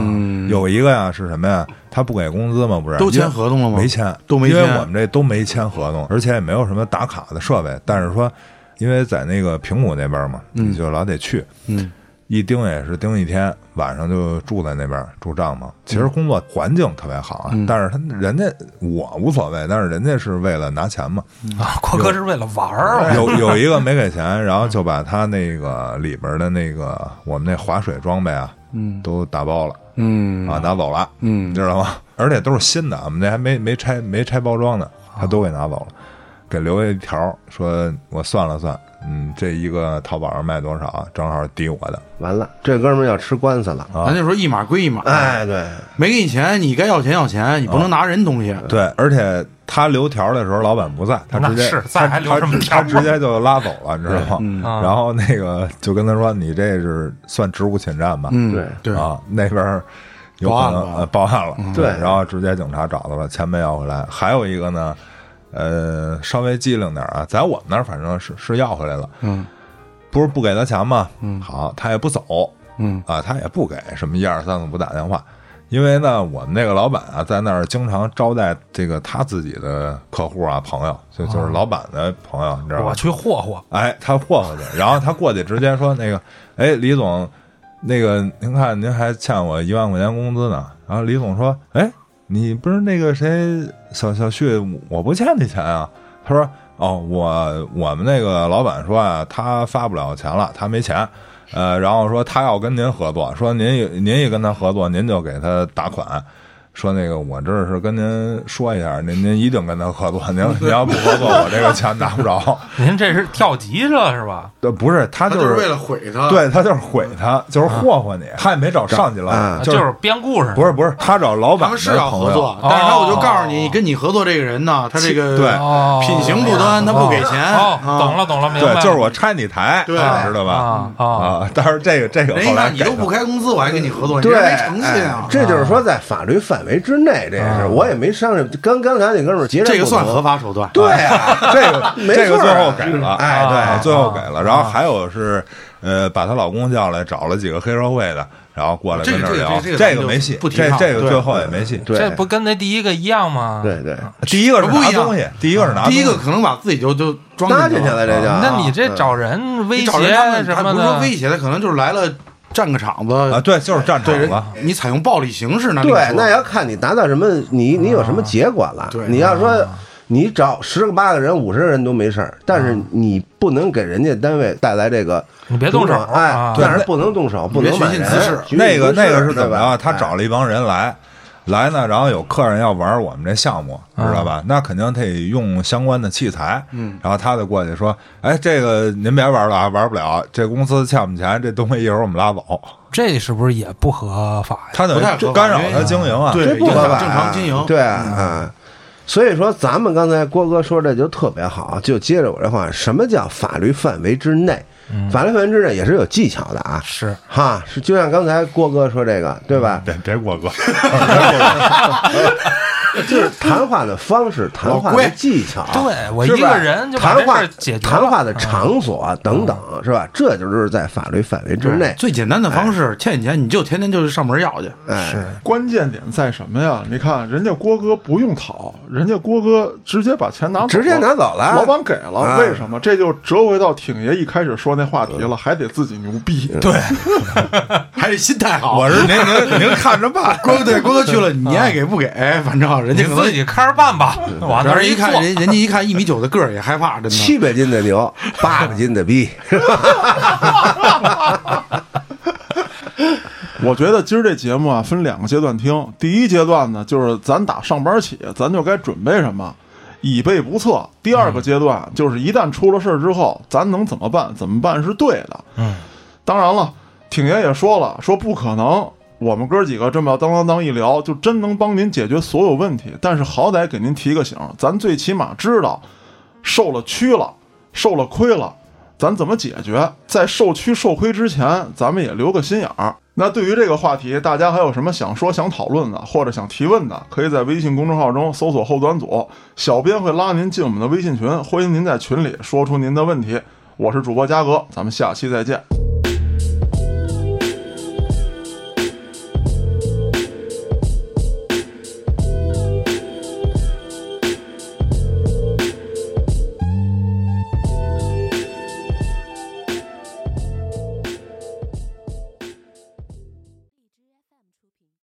S1: 有一个呀是什么呀？他不给工资嘛，不是
S2: 都签合同了吗
S1: 没签，
S2: 都没
S1: 因为
S2: 签嗯
S1: 我们这都没签合同，而且也没有什么打卡的设备。但是说，因为在那个平谷那边嘛，你就老得去，
S2: 嗯，
S1: 一盯也是盯一天，晚上就住在那边住帐篷。其实工作环境特别好啊，
S2: 嗯
S1: 但是他人家我无所谓，但是人家是为了拿钱嘛，
S3: 啊，郭哥是为了玩 儿，
S1: 有有一个没给 钱，然后就把他那个里边的那个我们那划水装备啊，嗯，都打包了。
S2: 嗯
S1: 啊，拿走了，
S2: 嗯
S1: 你知道吗？而且都是新的，我们那还没没拆没拆包装呢，他都给拿走了，给留下一条，说我算了算，嗯，这一个淘宝上卖多少，啊正好抵我的，
S5: 完了，这哥们儿要吃官司了。
S2: 咱就说一码归一码，
S5: 哎，对，
S2: 没给你钱，你该要钱要钱，你不
S5: 啊
S2: 能拿人东西。
S1: 对，而且他留条的时候，老板不在，他直接
S3: 那是在
S1: 他
S3: 还留什么
S1: 他
S3: 条
S1: 他直接就拉走了，你知道吗？
S2: 嗯
S3: 啊
S1: 然后那个就跟他说，你这是算职务侵占吧？
S2: 嗯，
S5: 对
S2: 对，
S1: 啊，那边儿有
S2: 报
S1: 可
S2: 案
S1: 能
S2: 了嗯
S1: 呃报案了，
S5: 对
S1: 然后直接警察找到了，钱没要回来。还有一个呢，呃，稍微机灵点儿啊，在我们那儿反正是是要回来了，
S2: 嗯
S1: 不是不给他钱吗？嗯，好，他也不走，
S2: 嗯
S1: 啊，他也不给什么一二三四五打电话，因为呢，我们这个老板啊，在那儿经常招待这个他自己的客户啊朋友，就
S2: 哦
S1: 就是老板的朋友，你知道吧
S3: 我？去霍霍，
S1: 哎，他霍霍去，然后他过去直接说那个，哎，李总，那个您看您还欠我一万块钱工资呢。然后李总说，哎，你不是那个谁小小旭，我不欠你钱啊。他说，哦，我我们那个老板说啊，他发不了钱了，他没钱。呃，然后说他要跟您合作，说您也您也跟他合作，您就给他打款。说那个，我这是跟您说一下，您您一定跟他合作，您您要不合作，我这个钱拿不着。
S3: 您这是跳级了是吧？
S1: 对，呃不是他
S2: 他
S1: 就
S2: 就是
S1: 是
S2: 为了毁他，，
S1: 对他就是毁他，就是霍霍你，他也没找上级老板，
S3: 啊
S1: 就
S3: 就是编故事，
S1: 不是不是他找老
S2: 他
S1: 板
S2: 们
S1: 的
S2: 是要啊合
S1: 朋友，
S2: 作，但是他
S3: 哦
S2: 我就告诉你，跟你合作这个人 呢，他这个
S1: 对
S3: 哦，
S2: 品行不端，他不给钱，
S3: 哦，
S2: 啊
S3: 懂了懂了，明白
S1: 对
S3: 了，，
S1: 就是我拆你台，
S2: 对
S1: 你知道吧？
S3: 啊啊，
S1: 啊，但是这个这个
S2: 人
S1: 后
S2: 一
S1: 来
S2: 看你
S1: 给
S2: 都不
S1: 他，
S2: 开工资，我还跟你合作，你
S5: 对，
S2: 这没诚信啊哦
S5: 哎！这就是说在法律范围之内，这也是我也没上去跟刚才那哥们儿结账，
S2: 这个算合。法手段，
S5: 对啊，
S1: 这个
S5: 没
S1: 这个
S5: 错儿
S1: 最后给了，
S5: 哎对
S1: 啊最后给了。然后还有是，呃，把她老公叫来，找了几个黑社会的，然后过来跟
S2: 这个
S1: 儿
S2: 这个
S1: 聊，
S2: 这个
S1: 这
S2: 咱
S1: 个
S2: 就
S1: 没戏，
S2: 不提
S1: 这
S2: 倡
S1: 这个
S2: 对
S1: 最后也没戏。
S5: 对
S3: 这不跟那第一个一样吗？，
S5: 对对，
S2: 嗯
S1: 第一个是
S2: 不一
S1: 拿
S2: 样
S1: 东西，第一个是拿
S2: 第一个
S1: 东西
S2: 可能把自己就就装
S5: 搭
S2: 进
S5: 进去了
S2: 了，
S5: 这就。嗯
S3: 那你这找人威
S2: 啊嗯你
S3: 胁
S2: 找人他们
S3: 什
S2: 还
S3: 么
S2: 不是说
S3: 的，
S2: 威胁他，可能就是来了占个场子
S1: 啊，对，就是战场
S2: 对人
S1: 了。
S2: 你采用暴力形式那另
S5: 对
S2: 说，
S5: 那要看你达到什么，你你有什么结果了。
S2: 对
S5: 你要说你找十个八个人、五十个人都没事儿，但是你不能给人家单位带来这个
S3: 你别动手
S5: 哎
S3: 啊，
S5: 但是不能动手，不能买人
S2: 寻衅滋事
S5: 寻衅滋
S1: 那
S5: 事
S1: 个那个是怎么着啊？
S5: 对吧
S2: 哎
S5: 哎
S1: 他找了一帮人来，来呢，然后有客人要玩我们这项目，知道
S2: 嗯
S1: 吧？那肯定得用相关的器材。嗯，然后他就过去说：“哎，这个您别玩了啊，玩不了，这公司欠我们钱，这东西一会儿我们拉走。
S3: 这是不是也不合法”呀？
S1: 他等
S2: 不太合
S1: 于
S2: 法
S1: 干扰
S2: 因
S1: 他
S2: 为
S1: 经营啊。
S2: 对
S5: 这不合法，
S2: 正常经营
S5: 对啊。啊所以说，咱们刚才郭哥说这就特别好，就接着我这话，什么叫法律范围之内？
S3: 嗯
S5: 法律范围之内也是有技巧的啊，
S3: 是
S5: 哈，是就像刚才郭哥说这个，对吧？
S1: 别别过哥，
S5: 就是谈话的方式、谈话的技巧，
S3: 对我
S5: 是吧
S3: 一个人就把
S5: 谈话
S3: 这事儿解决了嗯
S5: 谈话的场所等等，是吧？这就是在法律范围之内。
S2: 最简单的方式，欠你钱你就天天就是上门要去，
S5: 哎，
S6: 关键点在什么呀？你看人家郭哥不用讨，人家郭哥直接把钱拿走了，
S5: 直接拿走了
S6: 老板给了，
S5: 啊嗯
S6: 为什么？这就折回到挺爷一开始说那话题了，还得自己牛逼。对，
S2: 还得哎心态好。
S1: 我是您您您看着办。
S2: 郭 对郭哥去了，你爱给不给，反正人
S3: 你
S2: 家可
S3: 自
S2: 能
S3: 己开始办吧， 往那
S2: 然后
S3: 儿
S2: 一
S3: 坐
S2: 看，人人家一看一米九的个儿也害怕，真的。
S5: 七百斤的牛，八百斤的逼，
S6: 我觉得今儿这节目啊分两个阶段听，第一阶段呢就是咱打上班起，咱就该准备什么。以备不测。第二个阶段就是一旦出了事儿之后，咱能怎么办？怎么办是对的。
S3: 嗯，
S6: 当然了，挺爷也说了，说不可能。我们哥几个这么当当当一聊，就真能帮您解决所有问题。但是好歹给您提个醒，咱最起码知道受了屈了，受了亏了，咱怎么解决？在受屈受亏之前，咱们也留个心眼儿。那对于这个话题，大家还有什么想说、想讨论的，或者想提问的，可以在微信公众号中搜索“后端组”，小编会拉您进我们的微信群，欢迎您在群里说出您的问题。我是主播嘉哥，咱们下期再见。